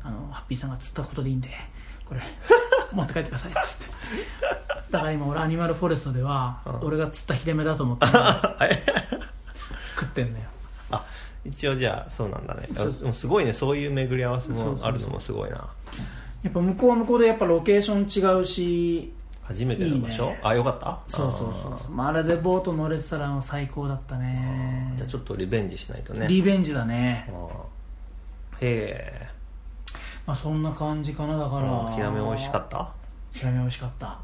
[SPEAKER 3] あのハッピーさんが釣ったことでいいんで
[SPEAKER 2] (laughs)
[SPEAKER 3] これ持って帰ってくださいっつってだから今俺アニマルフォレストでは、
[SPEAKER 2] うん
[SPEAKER 3] 俺が釣ったヒラメだと思って (laughs) 食
[SPEAKER 2] え
[SPEAKER 3] ってんのよ
[SPEAKER 2] あ一応じゃあそうなんだね
[SPEAKER 3] そうそうそう
[SPEAKER 2] あすごいねそういう巡り合わせもあるのもすごいな
[SPEAKER 3] やっぱ向こうは向こうでやっぱロケーション違うし
[SPEAKER 2] 初めての場所
[SPEAKER 3] いいね
[SPEAKER 2] あよかった
[SPEAKER 3] そうそうそうそうまあ、あれでボート乗れてたらもう最高だった
[SPEAKER 2] あ
[SPEAKER 3] ね
[SPEAKER 2] ーじゃあちょっとリベンジしないとね
[SPEAKER 3] リベンジだね
[SPEAKER 2] あーへ
[SPEAKER 3] まあそんな感じかなだから
[SPEAKER 2] えヒラメ美味しかった
[SPEAKER 3] ヒラメ美味しかった、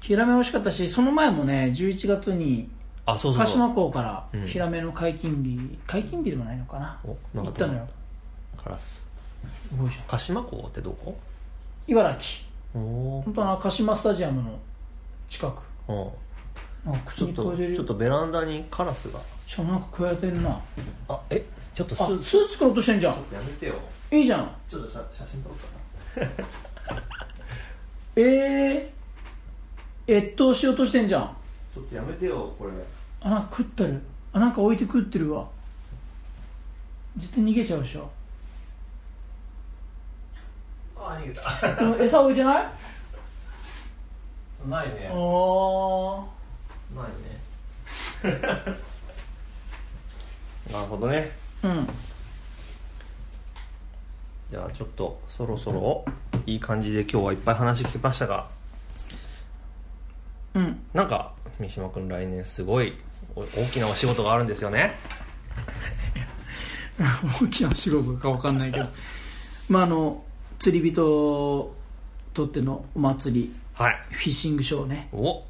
[SPEAKER 3] ヒラメ美味しかったしその前もね11月に
[SPEAKER 2] あそうそう
[SPEAKER 3] 鹿
[SPEAKER 2] そう
[SPEAKER 3] 島港か
[SPEAKER 2] うん
[SPEAKER 3] らヒラメの解禁日、解禁日でもないのかな
[SPEAKER 2] おなん
[SPEAKER 3] 行
[SPEAKER 2] か
[SPEAKER 3] ったのよ
[SPEAKER 2] カラス
[SPEAKER 3] すごいじゃん
[SPEAKER 2] 鹿島港ってどこ
[SPEAKER 3] 茨城
[SPEAKER 2] おお
[SPEAKER 3] 本当は鹿島スタジアムの近く
[SPEAKER 2] ー
[SPEAKER 3] なんか
[SPEAKER 2] ち
[SPEAKER 3] 口
[SPEAKER 2] ょっ
[SPEAKER 3] に
[SPEAKER 2] と
[SPEAKER 3] 超えてる
[SPEAKER 2] ちょ
[SPEAKER 3] よ
[SPEAKER 2] っとベランダにカラスが
[SPEAKER 3] しかもなんか食われてるなあ
[SPEAKER 2] あえちょっと
[SPEAKER 3] ス
[SPEAKER 2] ス
[SPEAKER 3] ー
[SPEAKER 2] ー
[SPEAKER 3] ツ作ろうとしてんじゃん
[SPEAKER 2] やめてよ
[SPEAKER 3] いいじゃん
[SPEAKER 2] ちょっと写写真撮ろうかな
[SPEAKER 3] ええー、越冬しようとしてんじゃん
[SPEAKER 2] ちょっとやめてよこれ
[SPEAKER 3] あなんか食ってるあなんか置いて食ってるわ絶対逃げちゃうでしょ
[SPEAKER 2] あ逃げた (laughs)
[SPEAKER 3] でも餌置いてないあ
[SPEAKER 2] ないね
[SPEAKER 3] あー
[SPEAKER 2] ないね (laughs) なるほどね
[SPEAKER 3] うん
[SPEAKER 2] じゃあちょっとそろそろいい感じで今日はいっぱい話聞きましたが
[SPEAKER 3] うん
[SPEAKER 2] なんか三島君来年すごいお大きなお仕事があるんですよね
[SPEAKER 3] 大きな仕事か分かんないけどまああの釣り人とってのお祭り
[SPEAKER 2] はい
[SPEAKER 3] フィッシングショーね
[SPEAKER 2] お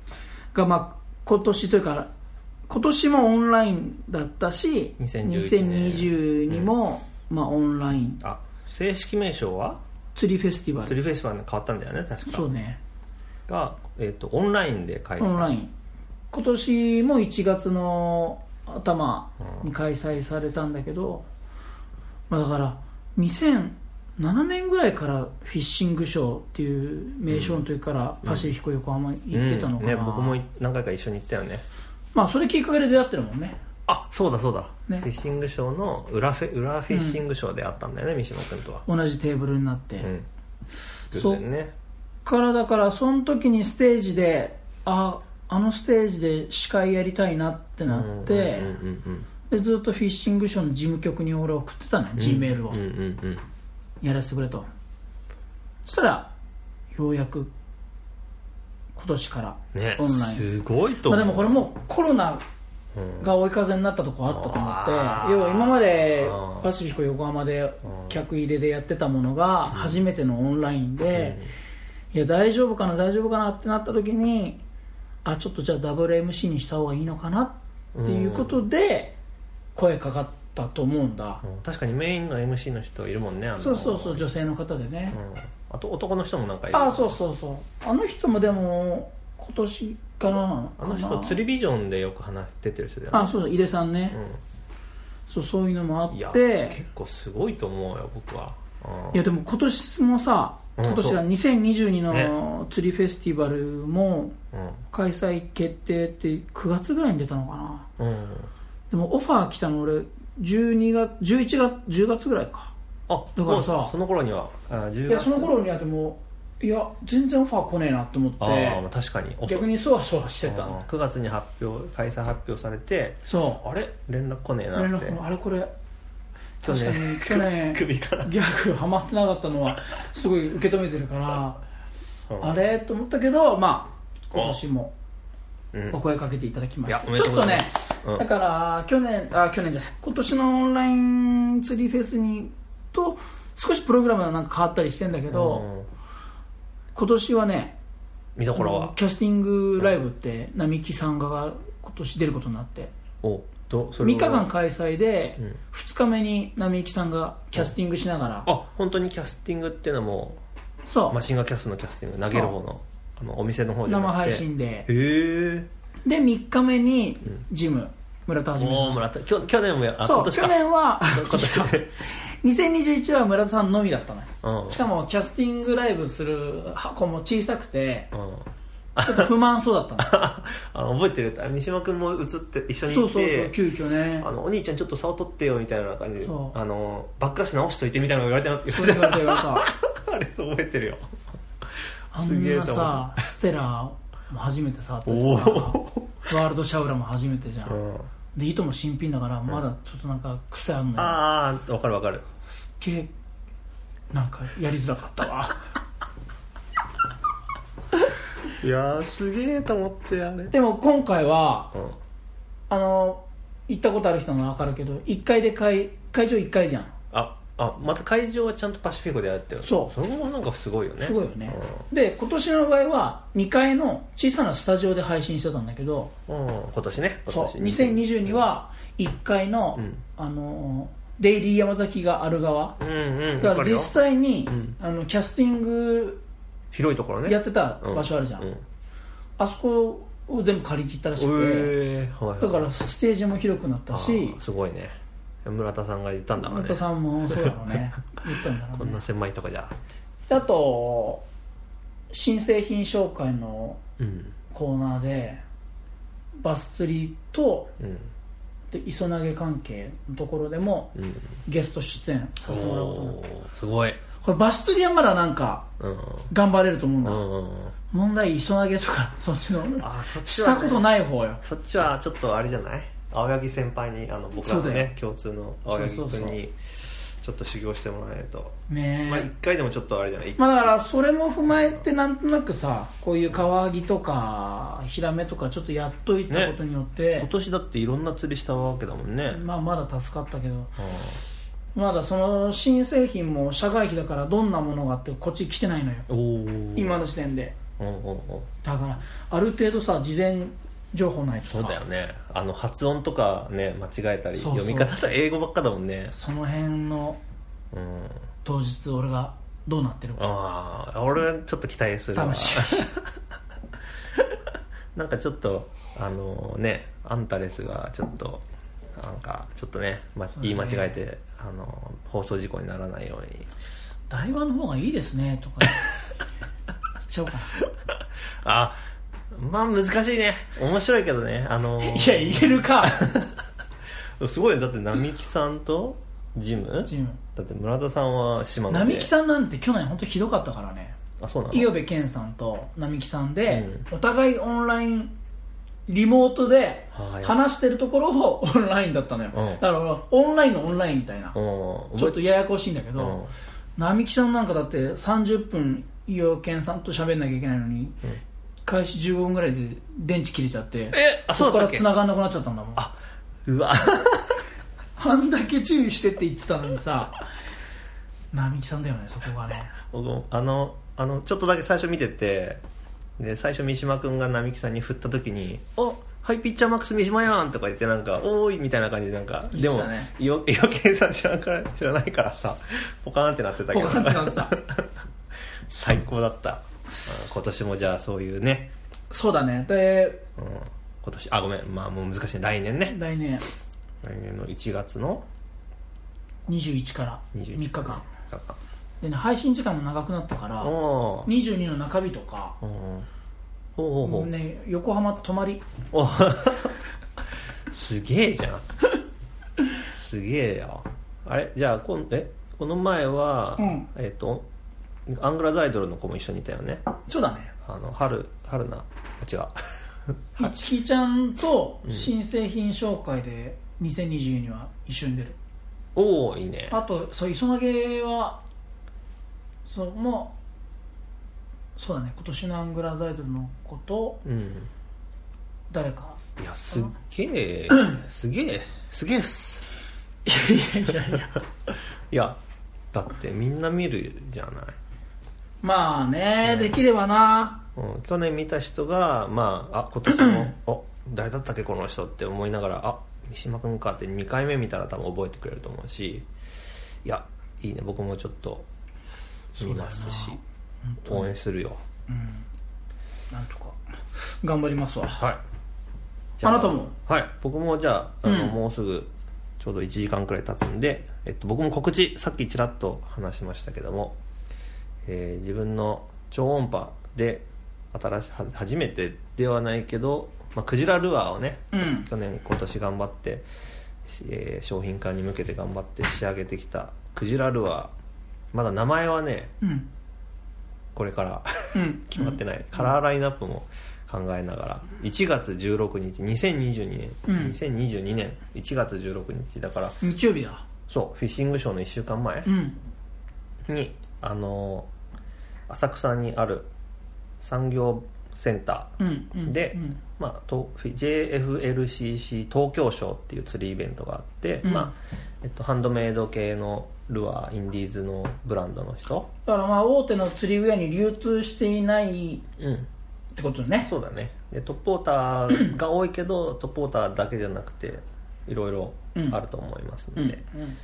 [SPEAKER 3] がまあ今年というか今年もオンラインだったし
[SPEAKER 2] 2011年
[SPEAKER 3] 2020も、まあ、オンライン
[SPEAKER 2] あ正式名称は
[SPEAKER 3] 釣りフェスティバ
[SPEAKER 2] 釣
[SPEAKER 3] ル
[SPEAKER 2] りフェスティバルに変わったんだよね確か
[SPEAKER 3] そうね
[SPEAKER 2] が、えー、とオンラインで開催
[SPEAKER 3] オンライン今年も1月の頭に開催されたんだけど、まあ、だから2007年ぐらいからフィッシングショーっていう名称の時からパシフィコ横浜に行ってたのかな、
[SPEAKER 2] うんね、僕もい何回か一緒に行ったよね
[SPEAKER 3] まあそれきっかけで出会ってるもんね
[SPEAKER 2] あそうだそうだ、
[SPEAKER 3] ね
[SPEAKER 2] フィッシングショーの裏フェ裏フィッシングショーであったんだよね、三島君とは
[SPEAKER 3] 同じテーブルになって、
[SPEAKER 2] うん
[SPEAKER 3] そう
[SPEAKER 2] 偶然ね
[SPEAKER 3] からだからその時にステージでああのステージで司会やりたいなってなって、
[SPEAKER 2] うんうんうん
[SPEAKER 3] でずっとフィッシングショーの事務局に俺送ってたのよ、G メールを、
[SPEAKER 2] うんうんうん
[SPEAKER 3] やらせてくれとそしたらようやく今年から
[SPEAKER 2] ね
[SPEAKER 3] オンライン
[SPEAKER 2] すごいと
[SPEAKER 3] ま
[SPEAKER 2] 思う、
[SPEAKER 3] あ、でもこれもコロナ
[SPEAKER 2] うん
[SPEAKER 3] が追い風になったとこあったと思って
[SPEAKER 2] あー
[SPEAKER 3] 要は今まで
[SPEAKER 2] うん
[SPEAKER 3] パシフィコ横浜で
[SPEAKER 2] うん
[SPEAKER 3] 客入れでやってたものが初めてのオンラインで、いや大丈夫かな大丈夫かなってなった時にあちょっとじゃあ WMC にした方がいいのかなっていうことで声かかったと思うんだ、
[SPEAKER 2] うん確かにメインの MC の人いるもんねあの
[SPEAKER 3] そうそうそう、女性の方でね、
[SPEAKER 2] うんあと男の人もなんかいる
[SPEAKER 3] あそうそうそうあの人もでも今年からなのか
[SPEAKER 2] あ
[SPEAKER 3] な
[SPEAKER 2] の人釣りビジョンでよく話出てる人だよね
[SPEAKER 3] あそうだ井出さんね、そうそういうのもあ
[SPEAKER 2] うん、い
[SPEAKER 3] っ
[SPEAKER 2] や
[SPEAKER 3] て
[SPEAKER 2] 結構すごいと思うよ僕は、うん
[SPEAKER 3] いやでも今年もさ
[SPEAKER 2] うん
[SPEAKER 3] 今年
[SPEAKER 2] そう
[SPEAKER 3] は2022の釣りフェスティバルも開催決定って9月ぐらいに出たのか
[SPEAKER 2] う
[SPEAKER 3] な
[SPEAKER 2] んうん、
[SPEAKER 3] でもオファー来たの俺12月11月10月ぐらいか
[SPEAKER 2] あ
[SPEAKER 3] だからさ
[SPEAKER 2] もうその頃にはあ10
[SPEAKER 3] い
[SPEAKER 2] 月
[SPEAKER 3] やその頃にはでもいや全然オファー来ねえなと思
[SPEAKER 2] あーまあ
[SPEAKER 3] っ
[SPEAKER 2] 確かに
[SPEAKER 3] て逆にそわそわしてた
[SPEAKER 2] うん
[SPEAKER 3] の
[SPEAKER 2] 9月に発表開催発表されて
[SPEAKER 3] そう
[SPEAKER 2] あれ連絡来ねえ
[SPEAKER 3] 俺
[SPEAKER 2] な
[SPEAKER 3] の
[SPEAKER 2] って
[SPEAKER 3] あれこれ
[SPEAKER 2] 去 (laughs)
[SPEAKER 3] 確か
[SPEAKER 2] 年
[SPEAKER 3] に去年ギ
[SPEAKER 2] 首から、
[SPEAKER 3] ャグハマってなかったのはすごい受け止めてるから
[SPEAKER 2] うん
[SPEAKER 3] あれと思ったけどまあ今年も
[SPEAKER 2] うん
[SPEAKER 3] お声かけていただきました
[SPEAKER 2] いやおめ
[SPEAKER 3] ち
[SPEAKER 2] で
[SPEAKER 3] ょ
[SPEAKER 2] と
[SPEAKER 3] っ
[SPEAKER 2] うご
[SPEAKER 3] と
[SPEAKER 2] ざ
[SPEAKER 3] ね
[SPEAKER 2] いますうん
[SPEAKER 3] だから去年あ去年じゃない今年のオンライン釣りフェスにと少しプログラムがなんか変わったりしてんだけど
[SPEAKER 2] うん
[SPEAKER 3] 今年はね
[SPEAKER 2] 見どころは
[SPEAKER 3] キャスティングライブって並木さんが今年出ることになって
[SPEAKER 2] おどそ
[SPEAKER 3] 3
[SPEAKER 2] れ
[SPEAKER 3] 日
[SPEAKER 2] は
[SPEAKER 3] 間開催で
[SPEAKER 2] うん
[SPEAKER 3] 2日目に並木さんがキャスティングしながら
[SPEAKER 2] あ本当にキャスティングっていうのも
[SPEAKER 3] そう
[SPEAKER 2] マシンガーキャストのキャスティング投げる方のあのお店の方じゃなく
[SPEAKER 3] 生
[SPEAKER 2] て
[SPEAKER 3] 配信で
[SPEAKER 2] へえ
[SPEAKER 3] で3日目にジム、村田はじめさん
[SPEAKER 2] もう村田去去年もやあ
[SPEAKER 3] そ
[SPEAKER 2] 今
[SPEAKER 3] う
[SPEAKER 2] 年
[SPEAKER 3] 去
[SPEAKER 2] か
[SPEAKER 3] 年は
[SPEAKER 2] (laughs) 今年
[SPEAKER 3] (laughs)
[SPEAKER 2] か
[SPEAKER 3] 2021は村田さんのみだったのよ
[SPEAKER 2] うん
[SPEAKER 3] しかもキャスティングライブする箱も小さくて
[SPEAKER 2] うん (laughs)
[SPEAKER 3] ちょっと不満そうだったの
[SPEAKER 2] あの覚えてるあ三島君も映って一緒にいて
[SPEAKER 3] そうそうそう急遽ね
[SPEAKER 2] あのお兄ちゃんちょっと差を取ってよみたいな感じで
[SPEAKER 3] そう
[SPEAKER 2] あのバックラッシュ直しといてみたいなの言われてな
[SPEAKER 3] そう言われた言われた
[SPEAKER 2] あれ覚えてるよ (laughs)
[SPEAKER 3] あ
[SPEAKER 2] すげ
[SPEAKER 3] ん
[SPEAKER 2] え
[SPEAKER 3] な
[SPEAKER 2] と思う
[SPEAKER 3] さステラも初めて触った
[SPEAKER 2] お
[SPEAKER 3] りさ
[SPEAKER 2] お
[SPEAKER 3] ワールドシャウラも初めてじゃん、
[SPEAKER 2] ー、うん、
[SPEAKER 3] で糸も新品だからまだちょっとなんか癖あんのよ
[SPEAKER 2] ああわかるわかる
[SPEAKER 3] すっげえなんかやりづらかったわ
[SPEAKER 2] いやーすげえと思ってあれ
[SPEAKER 3] でも今回は
[SPEAKER 2] うん
[SPEAKER 3] あの行ったことある人も分かるけど1階で会会場1階じゃん
[SPEAKER 2] ああまた会場はちゃんとパシフィコでやってる
[SPEAKER 3] そう
[SPEAKER 2] それもなんかすごいよね
[SPEAKER 3] すごいよね、で今年の場合は2階の小さなスタジオで配信してたんだけど
[SPEAKER 2] うん、うん今年ね今
[SPEAKER 3] そう
[SPEAKER 2] 年
[SPEAKER 3] 2022は1階の、
[SPEAKER 2] うん
[SPEAKER 3] あのデイリー山崎がある側
[SPEAKER 2] うんうん
[SPEAKER 3] だ
[SPEAKER 2] わか
[SPEAKER 3] か
[SPEAKER 2] らるよ
[SPEAKER 3] 実際に、
[SPEAKER 2] うん
[SPEAKER 3] あのキャスティング
[SPEAKER 2] 広いところね
[SPEAKER 3] やってた
[SPEAKER 2] うん
[SPEAKER 3] 場所あるじゃん、
[SPEAKER 2] うん
[SPEAKER 3] あそこを全部借り切ったらしく
[SPEAKER 2] えーはい
[SPEAKER 3] てだから
[SPEAKER 2] あ
[SPEAKER 3] ステージも広くなった
[SPEAKER 2] ー
[SPEAKER 3] し
[SPEAKER 2] すごいね村田さんが言ったんだから
[SPEAKER 3] 村
[SPEAKER 2] ね
[SPEAKER 3] 田さんもそうだろう
[SPEAKER 2] (laughs)
[SPEAKER 3] ね言ったんだろ
[SPEAKER 2] こ
[SPEAKER 3] うんね
[SPEAKER 2] な狭いとこじゃ
[SPEAKER 3] あと新製品紹介の
[SPEAKER 2] うん
[SPEAKER 3] コーナーでバス釣りと
[SPEAKER 2] うん
[SPEAKER 3] で磯投げ関係のところでも
[SPEAKER 2] うん
[SPEAKER 3] ゲスト出演させてもらうことになった
[SPEAKER 2] おーすごい
[SPEAKER 3] これバス釣りはまだなんか
[SPEAKER 2] うん
[SPEAKER 3] 頑張れると思うん
[SPEAKER 2] う
[SPEAKER 3] だ、
[SPEAKER 2] んうんうん
[SPEAKER 3] 問題磯投げとかそっちの
[SPEAKER 2] あーそっち
[SPEAKER 3] し
[SPEAKER 2] は
[SPEAKER 3] た
[SPEAKER 2] ね
[SPEAKER 3] ことない方よ
[SPEAKER 2] そっちはちょっとあれじゃない青柳先輩にあの僕らの
[SPEAKER 3] そうだよ
[SPEAKER 2] ね共通の青柳
[SPEAKER 3] そうそ
[SPEAKER 2] 君
[SPEAKER 3] うそう
[SPEAKER 2] にちょっと修行してもらえないと
[SPEAKER 3] ね
[SPEAKER 2] まあ一回でもちょっとあれじゃない
[SPEAKER 3] まあだからそれも踏まえてなんとなくさこういうカワギとかヒラメとかちょっとやっといたことによって、
[SPEAKER 2] 今年だっていろんな釣りしたわけだもんね
[SPEAKER 3] まあ、まだ助かったけど
[SPEAKER 2] う
[SPEAKER 3] まだその新製品も社外費だからどんなものがあってこっち来てないのよ
[SPEAKER 2] んおお
[SPEAKER 3] 今の時点で
[SPEAKER 2] うんうんうん
[SPEAKER 3] だからある程度さ事前情報ないとさ
[SPEAKER 2] そうだよねあの発音とかね間違えたり
[SPEAKER 3] そうそ
[SPEAKER 2] 読
[SPEAKER 3] う
[SPEAKER 2] み方と英語ばっかだもんね
[SPEAKER 3] その辺の
[SPEAKER 2] うん
[SPEAKER 3] 当日俺がどうなってるか
[SPEAKER 2] ああ俺ちょっと期待するわ
[SPEAKER 3] 楽し (laughs)
[SPEAKER 2] なんかちょっとあのねアンタレスがちょっとなんかちょっとね、ま、
[SPEAKER 3] そうだ
[SPEAKER 2] 言い
[SPEAKER 3] ね
[SPEAKER 2] 間違えて、あの放送事故にならないように
[SPEAKER 3] 台湾の方がいいですねとか
[SPEAKER 2] (laughs)
[SPEAKER 3] 言っちゃおうか
[SPEAKER 2] あまあ難しいね面白いけどねあの
[SPEAKER 3] ないや言えるか
[SPEAKER 2] すごいよだって並木さんとジム
[SPEAKER 3] ジム
[SPEAKER 2] だって村田さんは島根で
[SPEAKER 3] 並木さんなんて去年本当ひどかったからね
[SPEAKER 2] あそうなの
[SPEAKER 3] 伊予部健さんと並木さんで、
[SPEAKER 2] う
[SPEAKER 3] お互いオンラインリモートで
[SPEAKER 2] はい
[SPEAKER 3] 話してるところを (laughs) オンラインだったのよ、
[SPEAKER 2] うん
[SPEAKER 3] だからオンラインのオンラインみたいな、
[SPEAKER 2] うん
[SPEAKER 3] ちょっとややこしいんだけど、
[SPEAKER 2] うん
[SPEAKER 3] 並木さんなんかだって30分伊予健さんと喋んなきゃいけないのに、開始15分ぐらいで電池切れちゃって
[SPEAKER 2] えあそう
[SPEAKER 3] こ
[SPEAKER 2] だ
[SPEAKER 3] か
[SPEAKER 2] った
[SPEAKER 3] ら
[SPEAKER 2] っけ
[SPEAKER 3] 繋がんなくなっちゃったんだもん
[SPEAKER 2] あうわ
[SPEAKER 3] あんだけ注意してって言ってたのにさ並木さんだよねそこがね
[SPEAKER 2] 僕もあのあのちょっとだけ最初見ててで最初三島君が並木さんに振った時に「おはいピッチャーマックス三島やん」とか言ってなんか「おーい」みたいな感じでなんか
[SPEAKER 3] 言って
[SPEAKER 2] でも
[SPEAKER 3] たね
[SPEAKER 2] いよ (laughs) 余計さん知らんから知らないからさポカーンってなってたけど
[SPEAKER 3] ポカーンってなってた
[SPEAKER 2] (laughs) 最高だった、うん今年もじゃあそういうね、
[SPEAKER 3] そうだねで
[SPEAKER 2] うん、今年あごめんまあもう難しい来年ね
[SPEAKER 3] 来年
[SPEAKER 2] 来年の1月の
[SPEAKER 3] 21から
[SPEAKER 2] 21
[SPEAKER 3] 3日間
[SPEAKER 2] 3日
[SPEAKER 3] でね配信時間も長くなったから
[SPEAKER 2] 間おー
[SPEAKER 3] 22の中日とか
[SPEAKER 2] おーおー
[SPEAKER 3] も
[SPEAKER 2] お
[SPEAKER 3] う
[SPEAKER 2] ー
[SPEAKER 3] ね横浜泊まり
[SPEAKER 2] おすげえじゃんすげえよあれじゃあこんえこの前は、
[SPEAKER 3] うん
[SPEAKER 2] えっ、とアングラザイドルの子も一緒にいたよね
[SPEAKER 3] そうだね
[SPEAKER 2] あの春春な違う
[SPEAKER 3] 一木ちゃんと新製品紹介で2022には一緒に出る、
[SPEAKER 2] おおいいね
[SPEAKER 3] あとそう磯投げはそうもうそうだね今年のアングラザイドルの子と
[SPEAKER 2] うん
[SPEAKER 3] 誰か
[SPEAKER 2] いやすっげえすげえすげえっす
[SPEAKER 3] いやいやいや
[SPEAKER 2] いやだってみんな見るじゃない、
[SPEAKER 3] まあねできればな
[SPEAKER 2] うん、去年見た人がまああ今年もお誰だったっけこの人って思いながらあ三島君かって2回目見たら多分覚えてくれると思うしいやいいね僕もちょっと見ますし応援するよ
[SPEAKER 3] うんなんとか頑張りますわ
[SPEAKER 2] はじゃ
[SPEAKER 3] あなたも
[SPEAKER 2] はい僕もじゃああの、
[SPEAKER 3] うん
[SPEAKER 2] もうすぐちょうど1時間くらい経つんで、えっと、僕も告知さっきちらっと話しましたけども、えー自分の超音波で新しは初めてではないけど、まあ、クジラルアーをね
[SPEAKER 3] うん
[SPEAKER 2] 去年今年頑張って、えー商品化に向けて頑張って仕上げてきたクジラルアーまだ名前はね
[SPEAKER 3] うん
[SPEAKER 2] これから
[SPEAKER 3] うん
[SPEAKER 2] 決まってない、カラーラインナップも考えながら1月16日2022年、
[SPEAKER 3] うん
[SPEAKER 2] 2022年1月16日だから
[SPEAKER 3] 日曜日だ
[SPEAKER 2] そうフィッシングショーの1週間前
[SPEAKER 3] うん
[SPEAKER 2] に、あの浅草にある産業センタ
[SPEAKER 3] う
[SPEAKER 2] ー
[SPEAKER 3] んうん
[SPEAKER 2] で、
[SPEAKER 3] うん
[SPEAKER 2] まあ、と JFLCC 東京ショーっていう釣りイベントがあって、
[SPEAKER 3] うん
[SPEAKER 2] まあえっと、ハンドメイド系のルアーインディーズのブランドの人、
[SPEAKER 3] だからまあ大手の釣り具屋に流通していないっ
[SPEAKER 2] うん、
[SPEAKER 3] てことね
[SPEAKER 2] そうだねでトップウォーターが多いけ
[SPEAKER 3] (clears throat)
[SPEAKER 2] どトップウォーターだけじゃなくていろいろあると思いますので、
[SPEAKER 3] んうんうん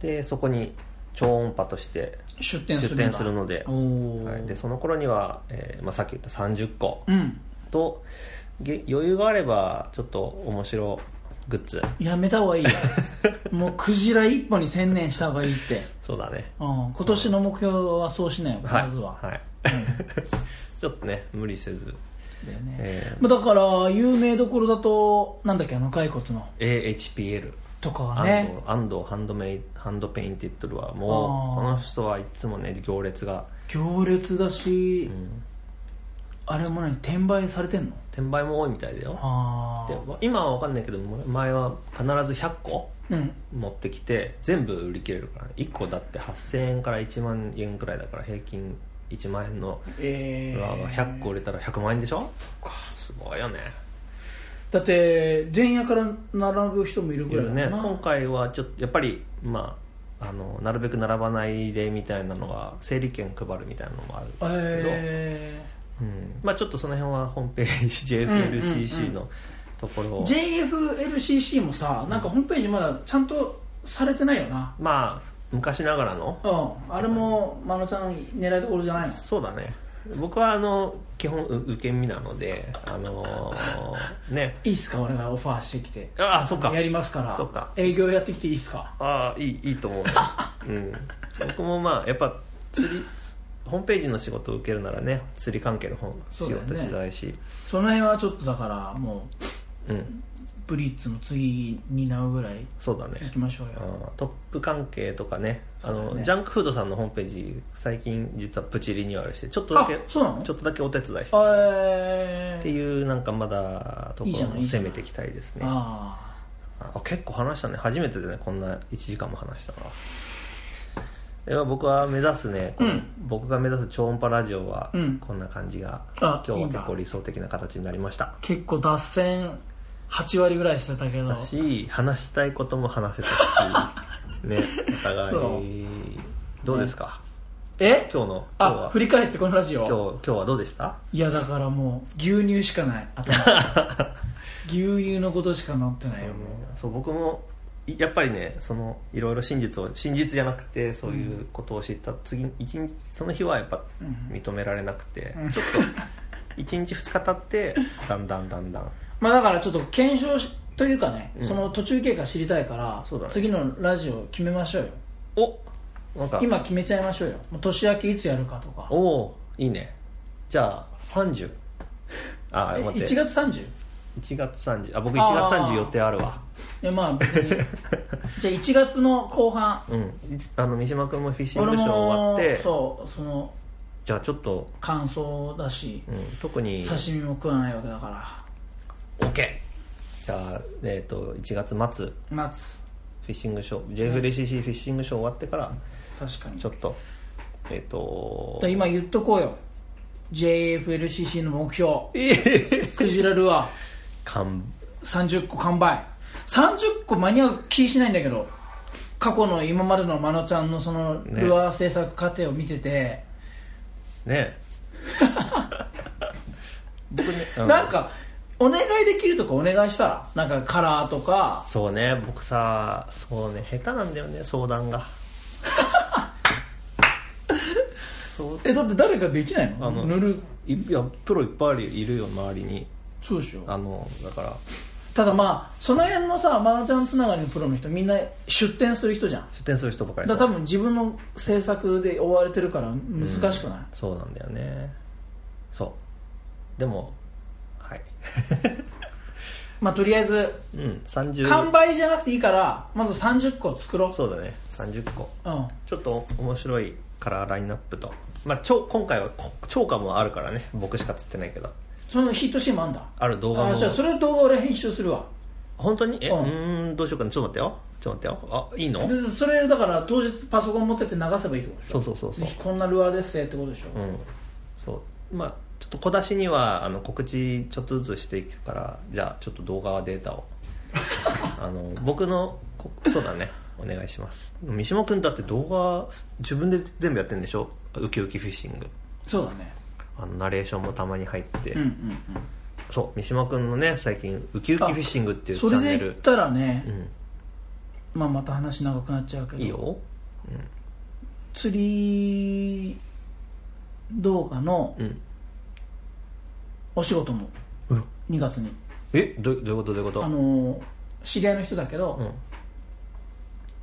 [SPEAKER 2] でそこに超音波として
[SPEAKER 3] 出店する
[SPEAKER 2] 出
[SPEAKER 3] んだ
[SPEAKER 2] 店するので,、
[SPEAKER 3] おお、
[SPEAKER 2] はい、でその頃には、えーまあ、さっき言った30個
[SPEAKER 3] うん
[SPEAKER 2] とげ余裕があればちょっと面白グッズ
[SPEAKER 3] やめた方
[SPEAKER 2] (laughs)
[SPEAKER 3] がいいよもうクジラ一本に専念した方がいいって、
[SPEAKER 2] そうだね
[SPEAKER 3] うん、今年の目標はそうしなよ、
[SPEAKER 2] はい
[SPEAKER 3] まずは、
[SPEAKER 2] はい、 (laughs) ちょっとね無理せず、
[SPEAKER 3] だよね
[SPEAKER 2] え
[SPEAKER 3] まあだから有名どころだとなんだっけあの骸骨の
[SPEAKER 2] ー、AHPL
[SPEAKER 3] とかは
[SPEAKER 2] 安
[SPEAKER 3] ね
[SPEAKER 2] 藤安藤ハンドメイハンドペインティッドルはもう
[SPEAKER 3] あ
[SPEAKER 2] こ
[SPEAKER 3] ー
[SPEAKER 2] の人はいつもね行列が、
[SPEAKER 3] 行列だし、
[SPEAKER 2] うん
[SPEAKER 3] あれも何転売されてんの
[SPEAKER 2] 転売も多いみたいだよ
[SPEAKER 3] あ
[SPEAKER 2] で今は分かんないけど前は必ず100個
[SPEAKER 3] あうん
[SPEAKER 2] 持ってきて全部売り切れるから、ね、1個だって8000円から1万円くらいだから平均1万円の
[SPEAKER 3] え
[SPEAKER 2] フラワーが100個売れたら100万円でしょかすごいよね
[SPEAKER 3] だって前夜から並ぶ人もいる
[SPEAKER 2] い
[SPEAKER 3] ぐらい
[SPEAKER 2] る
[SPEAKER 3] だ
[SPEAKER 2] ね
[SPEAKER 3] もんな
[SPEAKER 2] 今回はちょっとやっぱりまああのなるべく並ばないでみたいなのが整理券配るみたいなのもあるけど、
[SPEAKER 3] え
[SPEAKER 2] うんまあ、ちょっとその辺はホームペー (laughs) ジ
[SPEAKER 3] んうんうん
[SPEAKER 2] JFLCC のところを、
[SPEAKER 3] ー、JFLCC もさなんかホームページまだちゃんとされてないよな
[SPEAKER 2] まあ昔ながらの
[SPEAKER 3] うんあれもまのちゃん狙いどころじゃないの
[SPEAKER 2] そうだね僕はあの基本う受け身なのであのーね
[SPEAKER 3] いいっすか俺がオファーしてきて
[SPEAKER 2] ああそっか
[SPEAKER 3] やりますから
[SPEAKER 2] そうか
[SPEAKER 3] 営業やってきていいっすか
[SPEAKER 2] ああいいいいと
[SPEAKER 3] (laughs)
[SPEAKER 2] 思う、うん、僕もまあやっぱ釣りつホームページの仕事を受けるならね釣り関係の本仕
[SPEAKER 3] そうだよ
[SPEAKER 2] 事
[SPEAKER 3] ね
[SPEAKER 2] したいし
[SPEAKER 3] その辺はちょっとだからもう
[SPEAKER 2] う,、ん
[SPEAKER 3] ブリッツの次担うぐらい
[SPEAKER 2] そうだ
[SPEAKER 3] 行
[SPEAKER 2] ね
[SPEAKER 3] きましょうよ
[SPEAKER 2] ああトップ関係とかねあ
[SPEAKER 3] そうだ
[SPEAKER 2] の
[SPEAKER 3] ね
[SPEAKER 2] ジャンクフードさんのホームページ最近実はプチリニューアルしてちょっとだけ
[SPEAKER 3] あそうなの
[SPEAKER 2] ちょっとだけお手伝いして
[SPEAKER 3] え
[SPEAKER 2] っていうなんかまだとこ
[SPEAKER 3] いいじゃ
[SPEAKER 2] ろ
[SPEAKER 3] ない
[SPEAKER 2] も攻めていきたいですね
[SPEAKER 3] あ
[SPEAKER 2] あ結構話したね初めてでねこんな1時間も話したからでは僕は目指すね、この
[SPEAKER 3] うん
[SPEAKER 2] 僕が目指す超音波ラジオは
[SPEAKER 3] うん
[SPEAKER 2] こんな感じが、
[SPEAKER 3] あ
[SPEAKER 2] 今日はい
[SPEAKER 3] いんだ
[SPEAKER 2] 結構理想的な形になりました
[SPEAKER 3] ー結構脱線8割ぐらいしてたけど
[SPEAKER 2] だし話したいことも話せたし
[SPEAKER 3] (laughs)
[SPEAKER 2] ねお互
[SPEAKER 3] そ
[SPEAKER 2] いどうですか、
[SPEAKER 3] え
[SPEAKER 2] 今日の今日
[SPEAKER 3] あ
[SPEAKER 2] は
[SPEAKER 3] 振り返ってこのラジ
[SPEAKER 2] 今日
[SPEAKER 3] オ
[SPEAKER 2] 今日はどうでした
[SPEAKER 3] いやだからもう牛乳しかない
[SPEAKER 2] (laughs)
[SPEAKER 3] 頭牛乳のことしか載ってないよも
[SPEAKER 2] そう僕もいやっぱりねそのいろいろ真実を真実じゃなくてそういうことを知った次一日その日はやっぱ
[SPEAKER 3] うん
[SPEAKER 2] 認められなくて、
[SPEAKER 3] うん
[SPEAKER 2] ちょっと1日2日経ってだんだんだんだん
[SPEAKER 3] うまあだからちょっと検証しというかね、
[SPEAKER 2] うん
[SPEAKER 3] その途中経過知りたいから
[SPEAKER 2] そうだね
[SPEAKER 3] 次のラジオ決めましょうよ
[SPEAKER 2] おなんか
[SPEAKER 3] 今決めちゃいましょうよもう年明けいつやるかとか
[SPEAKER 2] おおーいいねじゃあ30あ
[SPEAKER 3] え
[SPEAKER 2] ー待って
[SPEAKER 3] 1月 30? い
[SPEAKER 2] 1月30あ僕
[SPEAKER 3] あー
[SPEAKER 2] 1月30予定あるわ
[SPEAKER 3] やまあ別
[SPEAKER 2] (laughs)
[SPEAKER 3] にじゃあ1月の後半
[SPEAKER 2] うんいつあの三島君もフィッシン
[SPEAKER 3] 俺
[SPEAKER 2] グショー終わ
[SPEAKER 3] も
[SPEAKER 2] って
[SPEAKER 3] そうその
[SPEAKER 2] じゃあちょっと、
[SPEAKER 3] 感想だし
[SPEAKER 2] うん、特に
[SPEAKER 3] 刺身も食わないわけだから
[SPEAKER 2] オッケーじゃあえっ、と1月末フ
[SPEAKER 3] 夏
[SPEAKER 2] ィッシングショー JFLCC フィッシングショー終わってから
[SPEAKER 3] 確かに
[SPEAKER 2] ちょっとえっ、と (laughs)
[SPEAKER 3] だから今言っとこうよ JFLCC の目標クジラルアー
[SPEAKER 2] 完
[SPEAKER 3] 30個完売30個間に合う気しないんだけど過去の今までのまのちゃんのその
[SPEAKER 2] ね
[SPEAKER 3] ルアー制作過程を見てて、 (laughs)
[SPEAKER 2] ね僕ねあの
[SPEAKER 3] なんかお願いできるとかお願いしたらなんかカラーとか
[SPEAKER 2] そうね僕さそうね下手なんだよね相談がそう
[SPEAKER 3] えだって誰かできないの
[SPEAKER 2] あの
[SPEAKER 3] 塗る
[SPEAKER 2] いいやプロいっぱいいるよ周りに
[SPEAKER 3] そうでしょ
[SPEAKER 2] あのだから
[SPEAKER 3] ただまあその辺のさマラちゃんつながりのプロの人みんな出店する人じゃん
[SPEAKER 2] 出店する人ばかり
[SPEAKER 3] だから多分自分の制作で追われてるから難しくない、
[SPEAKER 2] そうなんだよねそうでもはい
[SPEAKER 3] まあとりあえず
[SPEAKER 2] うん30
[SPEAKER 3] 完売じゃなくていいからまず30個作ろう
[SPEAKER 2] そうだね30個
[SPEAKER 3] うん
[SPEAKER 2] ちょっと面白いカラーラインナップと、まあ、超今回はこ超過もあるからね僕しか釣ってないけど
[SPEAKER 3] そのヒットシーンもあんだ
[SPEAKER 2] ある動画
[SPEAKER 3] あ
[SPEAKER 2] も
[SPEAKER 3] じゃあそれ動画俺編集するわ
[SPEAKER 2] 本当にえう
[SPEAKER 3] うん
[SPEAKER 2] ーんどうしようかなちょっと待ってよちょっと待ってよあいいの
[SPEAKER 3] でそれだから当日パソコン持ってって流せばいいってことでしょ
[SPEAKER 2] そうそうそうそう
[SPEAKER 3] ぜひこんなルアーですってことでしょ、
[SPEAKER 2] うんそうまあちょっと小出しにはあの告知ちょっとずつしていくからじゃあちょっと動画デー
[SPEAKER 3] (laughs)
[SPEAKER 2] タをあの僕のこそうだねお願いします三島君だって動画自分で全部やってるんでしょウキウキフィッシング
[SPEAKER 3] そうだね
[SPEAKER 2] あのナレーションもたまに入って、
[SPEAKER 3] うんうんうん
[SPEAKER 2] そう三島君のね最近ウキウキフィッシングっていうチ
[SPEAKER 3] そ
[SPEAKER 2] ャ
[SPEAKER 3] れ
[SPEAKER 2] ンネ
[SPEAKER 3] で言っ
[SPEAKER 2] ル、
[SPEAKER 3] たらね、
[SPEAKER 2] うん、
[SPEAKER 3] まあ、また話長くなっちゃうけど
[SPEAKER 2] いいよ
[SPEAKER 3] 釣り動画の
[SPEAKER 2] うん
[SPEAKER 3] お仕事も
[SPEAKER 2] うん
[SPEAKER 3] 2月に、
[SPEAKER 2] えどどういうことどういうこと
[SPEAKER 3] あの知り合いの人だけど、
[SPEAKER 2] うん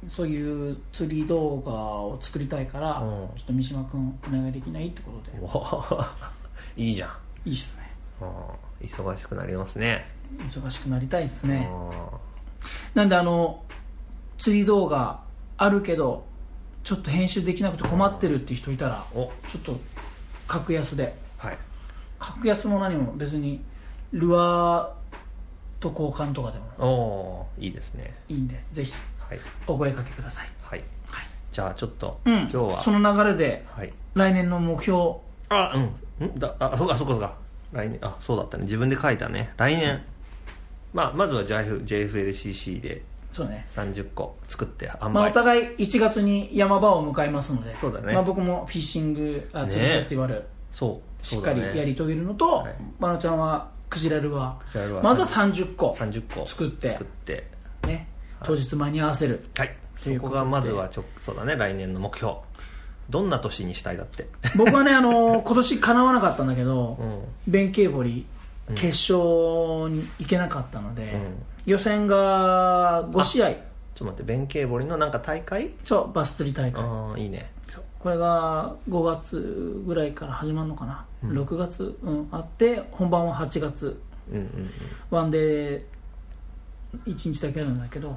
[SPEAKER 3] そういう釣り動画を作りたいから、
[SPEAKER 2] うん
[SPEAKER 3] ちょっと三島君お願いできないってことで
[SPEAKER 2] わあ (laughs) いいじゃんあ
[SPEAKER 3] いいっすね
[SPEAKER 2] あ忙しくなりますね
[SPEAKER 3] 忙しくなりたいですね、
[SPEAKER 2] あ
[SPEAKER 3] なんであの釣り動画あるけどちょっと編集できなくて困ってるって人いたら
[SPEAKER 2] あお
[SPEAKER 3] ちょっと格安で
[SPEAKER 2] はい
[SPEAKER 3] 格安も何も別にルアーと交換とかでも
[SPEAKER 2] おおいいですね
[SPEAKER 3] いいんでぜひ
[SPEAKER 2] はい
[SPEAKER 3] お声掛けください、
[SPEAKER 2] はい
[SPEAKER 3] はい
[SPEAKER 2] じゃあちょっと、
[SPEAKER 3] うん、
[SPEAKER 2] 今日は
[SPEAKER 3] その流れで
[SPEAKER 2] はい
[SPEAKER 3] 来年の目標
[SPEAKER 2] あうんんだあそうかそうかそうか来年あそうだったね自分で書いたね来年、まあ、まずは JF JFLCC で
[SPEAKER 3] そうね
[SPEAKER 2] 30個作って販売、
[SPEAKER 3] まあ、お互い1月に山場を迎えますので
[SPEAKER 2] そうだね
[SPEAKER 3] まあ、僕もフィッシングあ
[SPEAKER 2] ね
[SPEAKER 3] 釣りフェスティバル、
[SPEAKER 2] そう
[SPEAKER 3] し
[SPEAKER 2] そ
[SPEAKER 3] っ
[SPEAKER 2] う
[SPEAKER 3] か
[SPEAKER 2] だ
[SPEAKER 3] り
[SPEAKER 2] ね
[SPEAKER 3] やり遂げるのと、
[SPEAKER 2] はい
[SPEAKER 3] まなちゃんはクジラルア
[SPEAKER 2] クジラルア
[SPEAKER 3] ー
[SPEAKER 2] ー
[SPEAKER 3] まずは30個
[SPEAKER 2] 30個
[SPEAKER 3] 作って
[SPEAKER 2] 作って
[SPEAKER 3] ね、当日間に合わせる、
[SPEAKER 2] はい
[SPEAKER 3] と
[SPEAKER 2] そ
[SPEAKER 3] いうこ
[SPEAKER 2] こと
[SPEAKER 3] で
[SPEAKER 2] がまずはちょそうだね来年の目標どんな年にしたいだって
[SPEAKER 3] 僕はね、あ
[SPEAKER 2] (laughs)
[SPEAKER 3] のー今年かなわなかったんだけど、
[SPEAKER 2] うん
[SPEAKER 3] 弁慶堀決勝に行けなかったので、
[SPEAKER 2] うん
[SPEAKER 3] 予選が5試合
[SPEAKER 2] ちょっと待って弁慶堀のなんか大会
[SPEAKER 3] そうバス釣り大会
[SPEAKER 2] ああいいね
[SPEAKER 3] これが5月ぐらいから始まるのかな、6月、うん、あって本番は8月
[SPEAKER 2] うんうんうん
[SPEAKER 3] ワンデー1日だけなんだけど、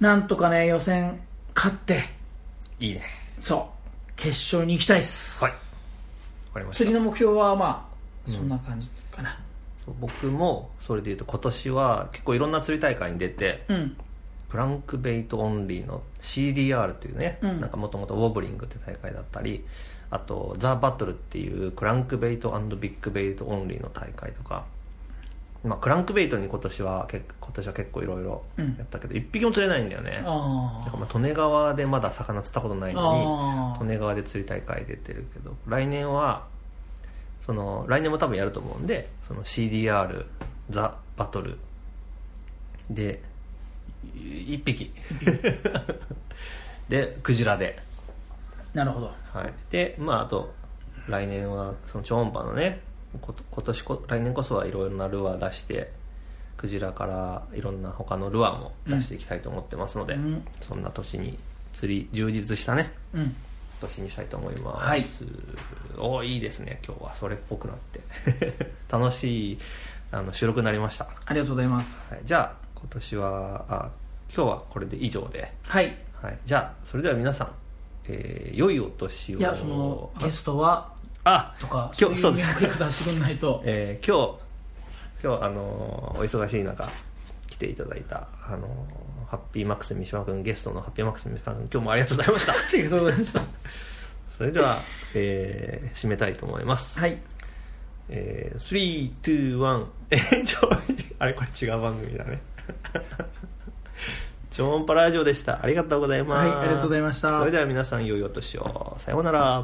[SPEAKER 3] なんとかね予選勝って
[SPEAKER 2] いいね
[SPEAKER 3] そう決勝に行きたいっす、
[SPEAKER 2] はいわかりました
[SPEAKER 3] 次の目標はまあそんな感じかな
[SPEAKER 2] 僕もそれでいうと今年は結構いろんな釣り大会に出て
[SPEAKER 3] うん、
[SPEAKER 2] プランクベイトオンリーの CDR っていうね、
[SPEAKER 3] うん
[SPEAKER 2] なんかもともとウォーブリングって大会だったりあとザ・バトルっていうクランクベイトビッグベイトオンリーの大会とか、まあ、クランクベイトに今年は結今年は結構いろいろやったけど、一匹も釣れないんだよね
[SPEAKER 3] あ
[SPEAKER 2] だ
[SPEAKER 3] あ
[SPEAKER 2] からまあ利根川でまだ魚釣ったことないの
[SPEAKER 3] あー
[SPEAKER 2] に利根川で釣り大会出てるけど来年はその来年も多分やると思うんでその CDR ザ・バトルで1匹
[SPEAKER 3] (laughs)
[SPEAKER 2] でクジラで、
[SPEAKER 3] なるほど
[SPEAKER 2] はい、でまああと来年はその超音波のねこと今年こ来年こそはいろいろなルアー出してクジラからいろんな他のルアーも出していきたいと思ってますので、
[SPEAKER 3] うん
[SPEAKER 2] そんな年に釣り充実したね
[SPEAKER 3] うん
[SPEAKER 2] 年にしたいと思います、
[SPEAKER 3] はい
[SPEAKER 2] おいいですね今日はそれっぽくなって (laughs) 楽しいあの収録になりました、は
[SPEAKER 3] ありがとうございます
[SPEAKER 2] い、じゃあ今年はあ今日はこれで以上で、
[SPEAKER 3] はい
[SPEAKER 2] はい、じゃあそれでは皆さん、えー良いお年を
[SPEAKER 3] いやそのゲストは
[SPEAKER 2] あ
[SPEAKER 3] とか
[SPEAKER 2] 今日
[SPEAKER 3] そうい
[SPEAKER 2] そうで
[SPEAKER 3] う
[SPEAKER 2] す
[SPEAKER 3] 見分け方してくんないと
[SPEAKER 2] えー今日今日あのーお忙しい中来ていただいたあのーハッピーマックス三島君ゲストのハッピーマックス三島君今日もありがとうございました
[SPEAKER 3] (laughs) ありがとうございました
[SPEAKER 2] それでは、えー締めたいと思います、
[SPEAKER 3] はい
[SPEAKER 2] えー、321エン (laughs) ジョイあれこれ違う番組だね (laughs) 超音波ラジオでしたありがとうございます、
[SPEAKER 3] はいありがとうございました
[SPEAKER 2] それでは皆さん良いお年をさようなら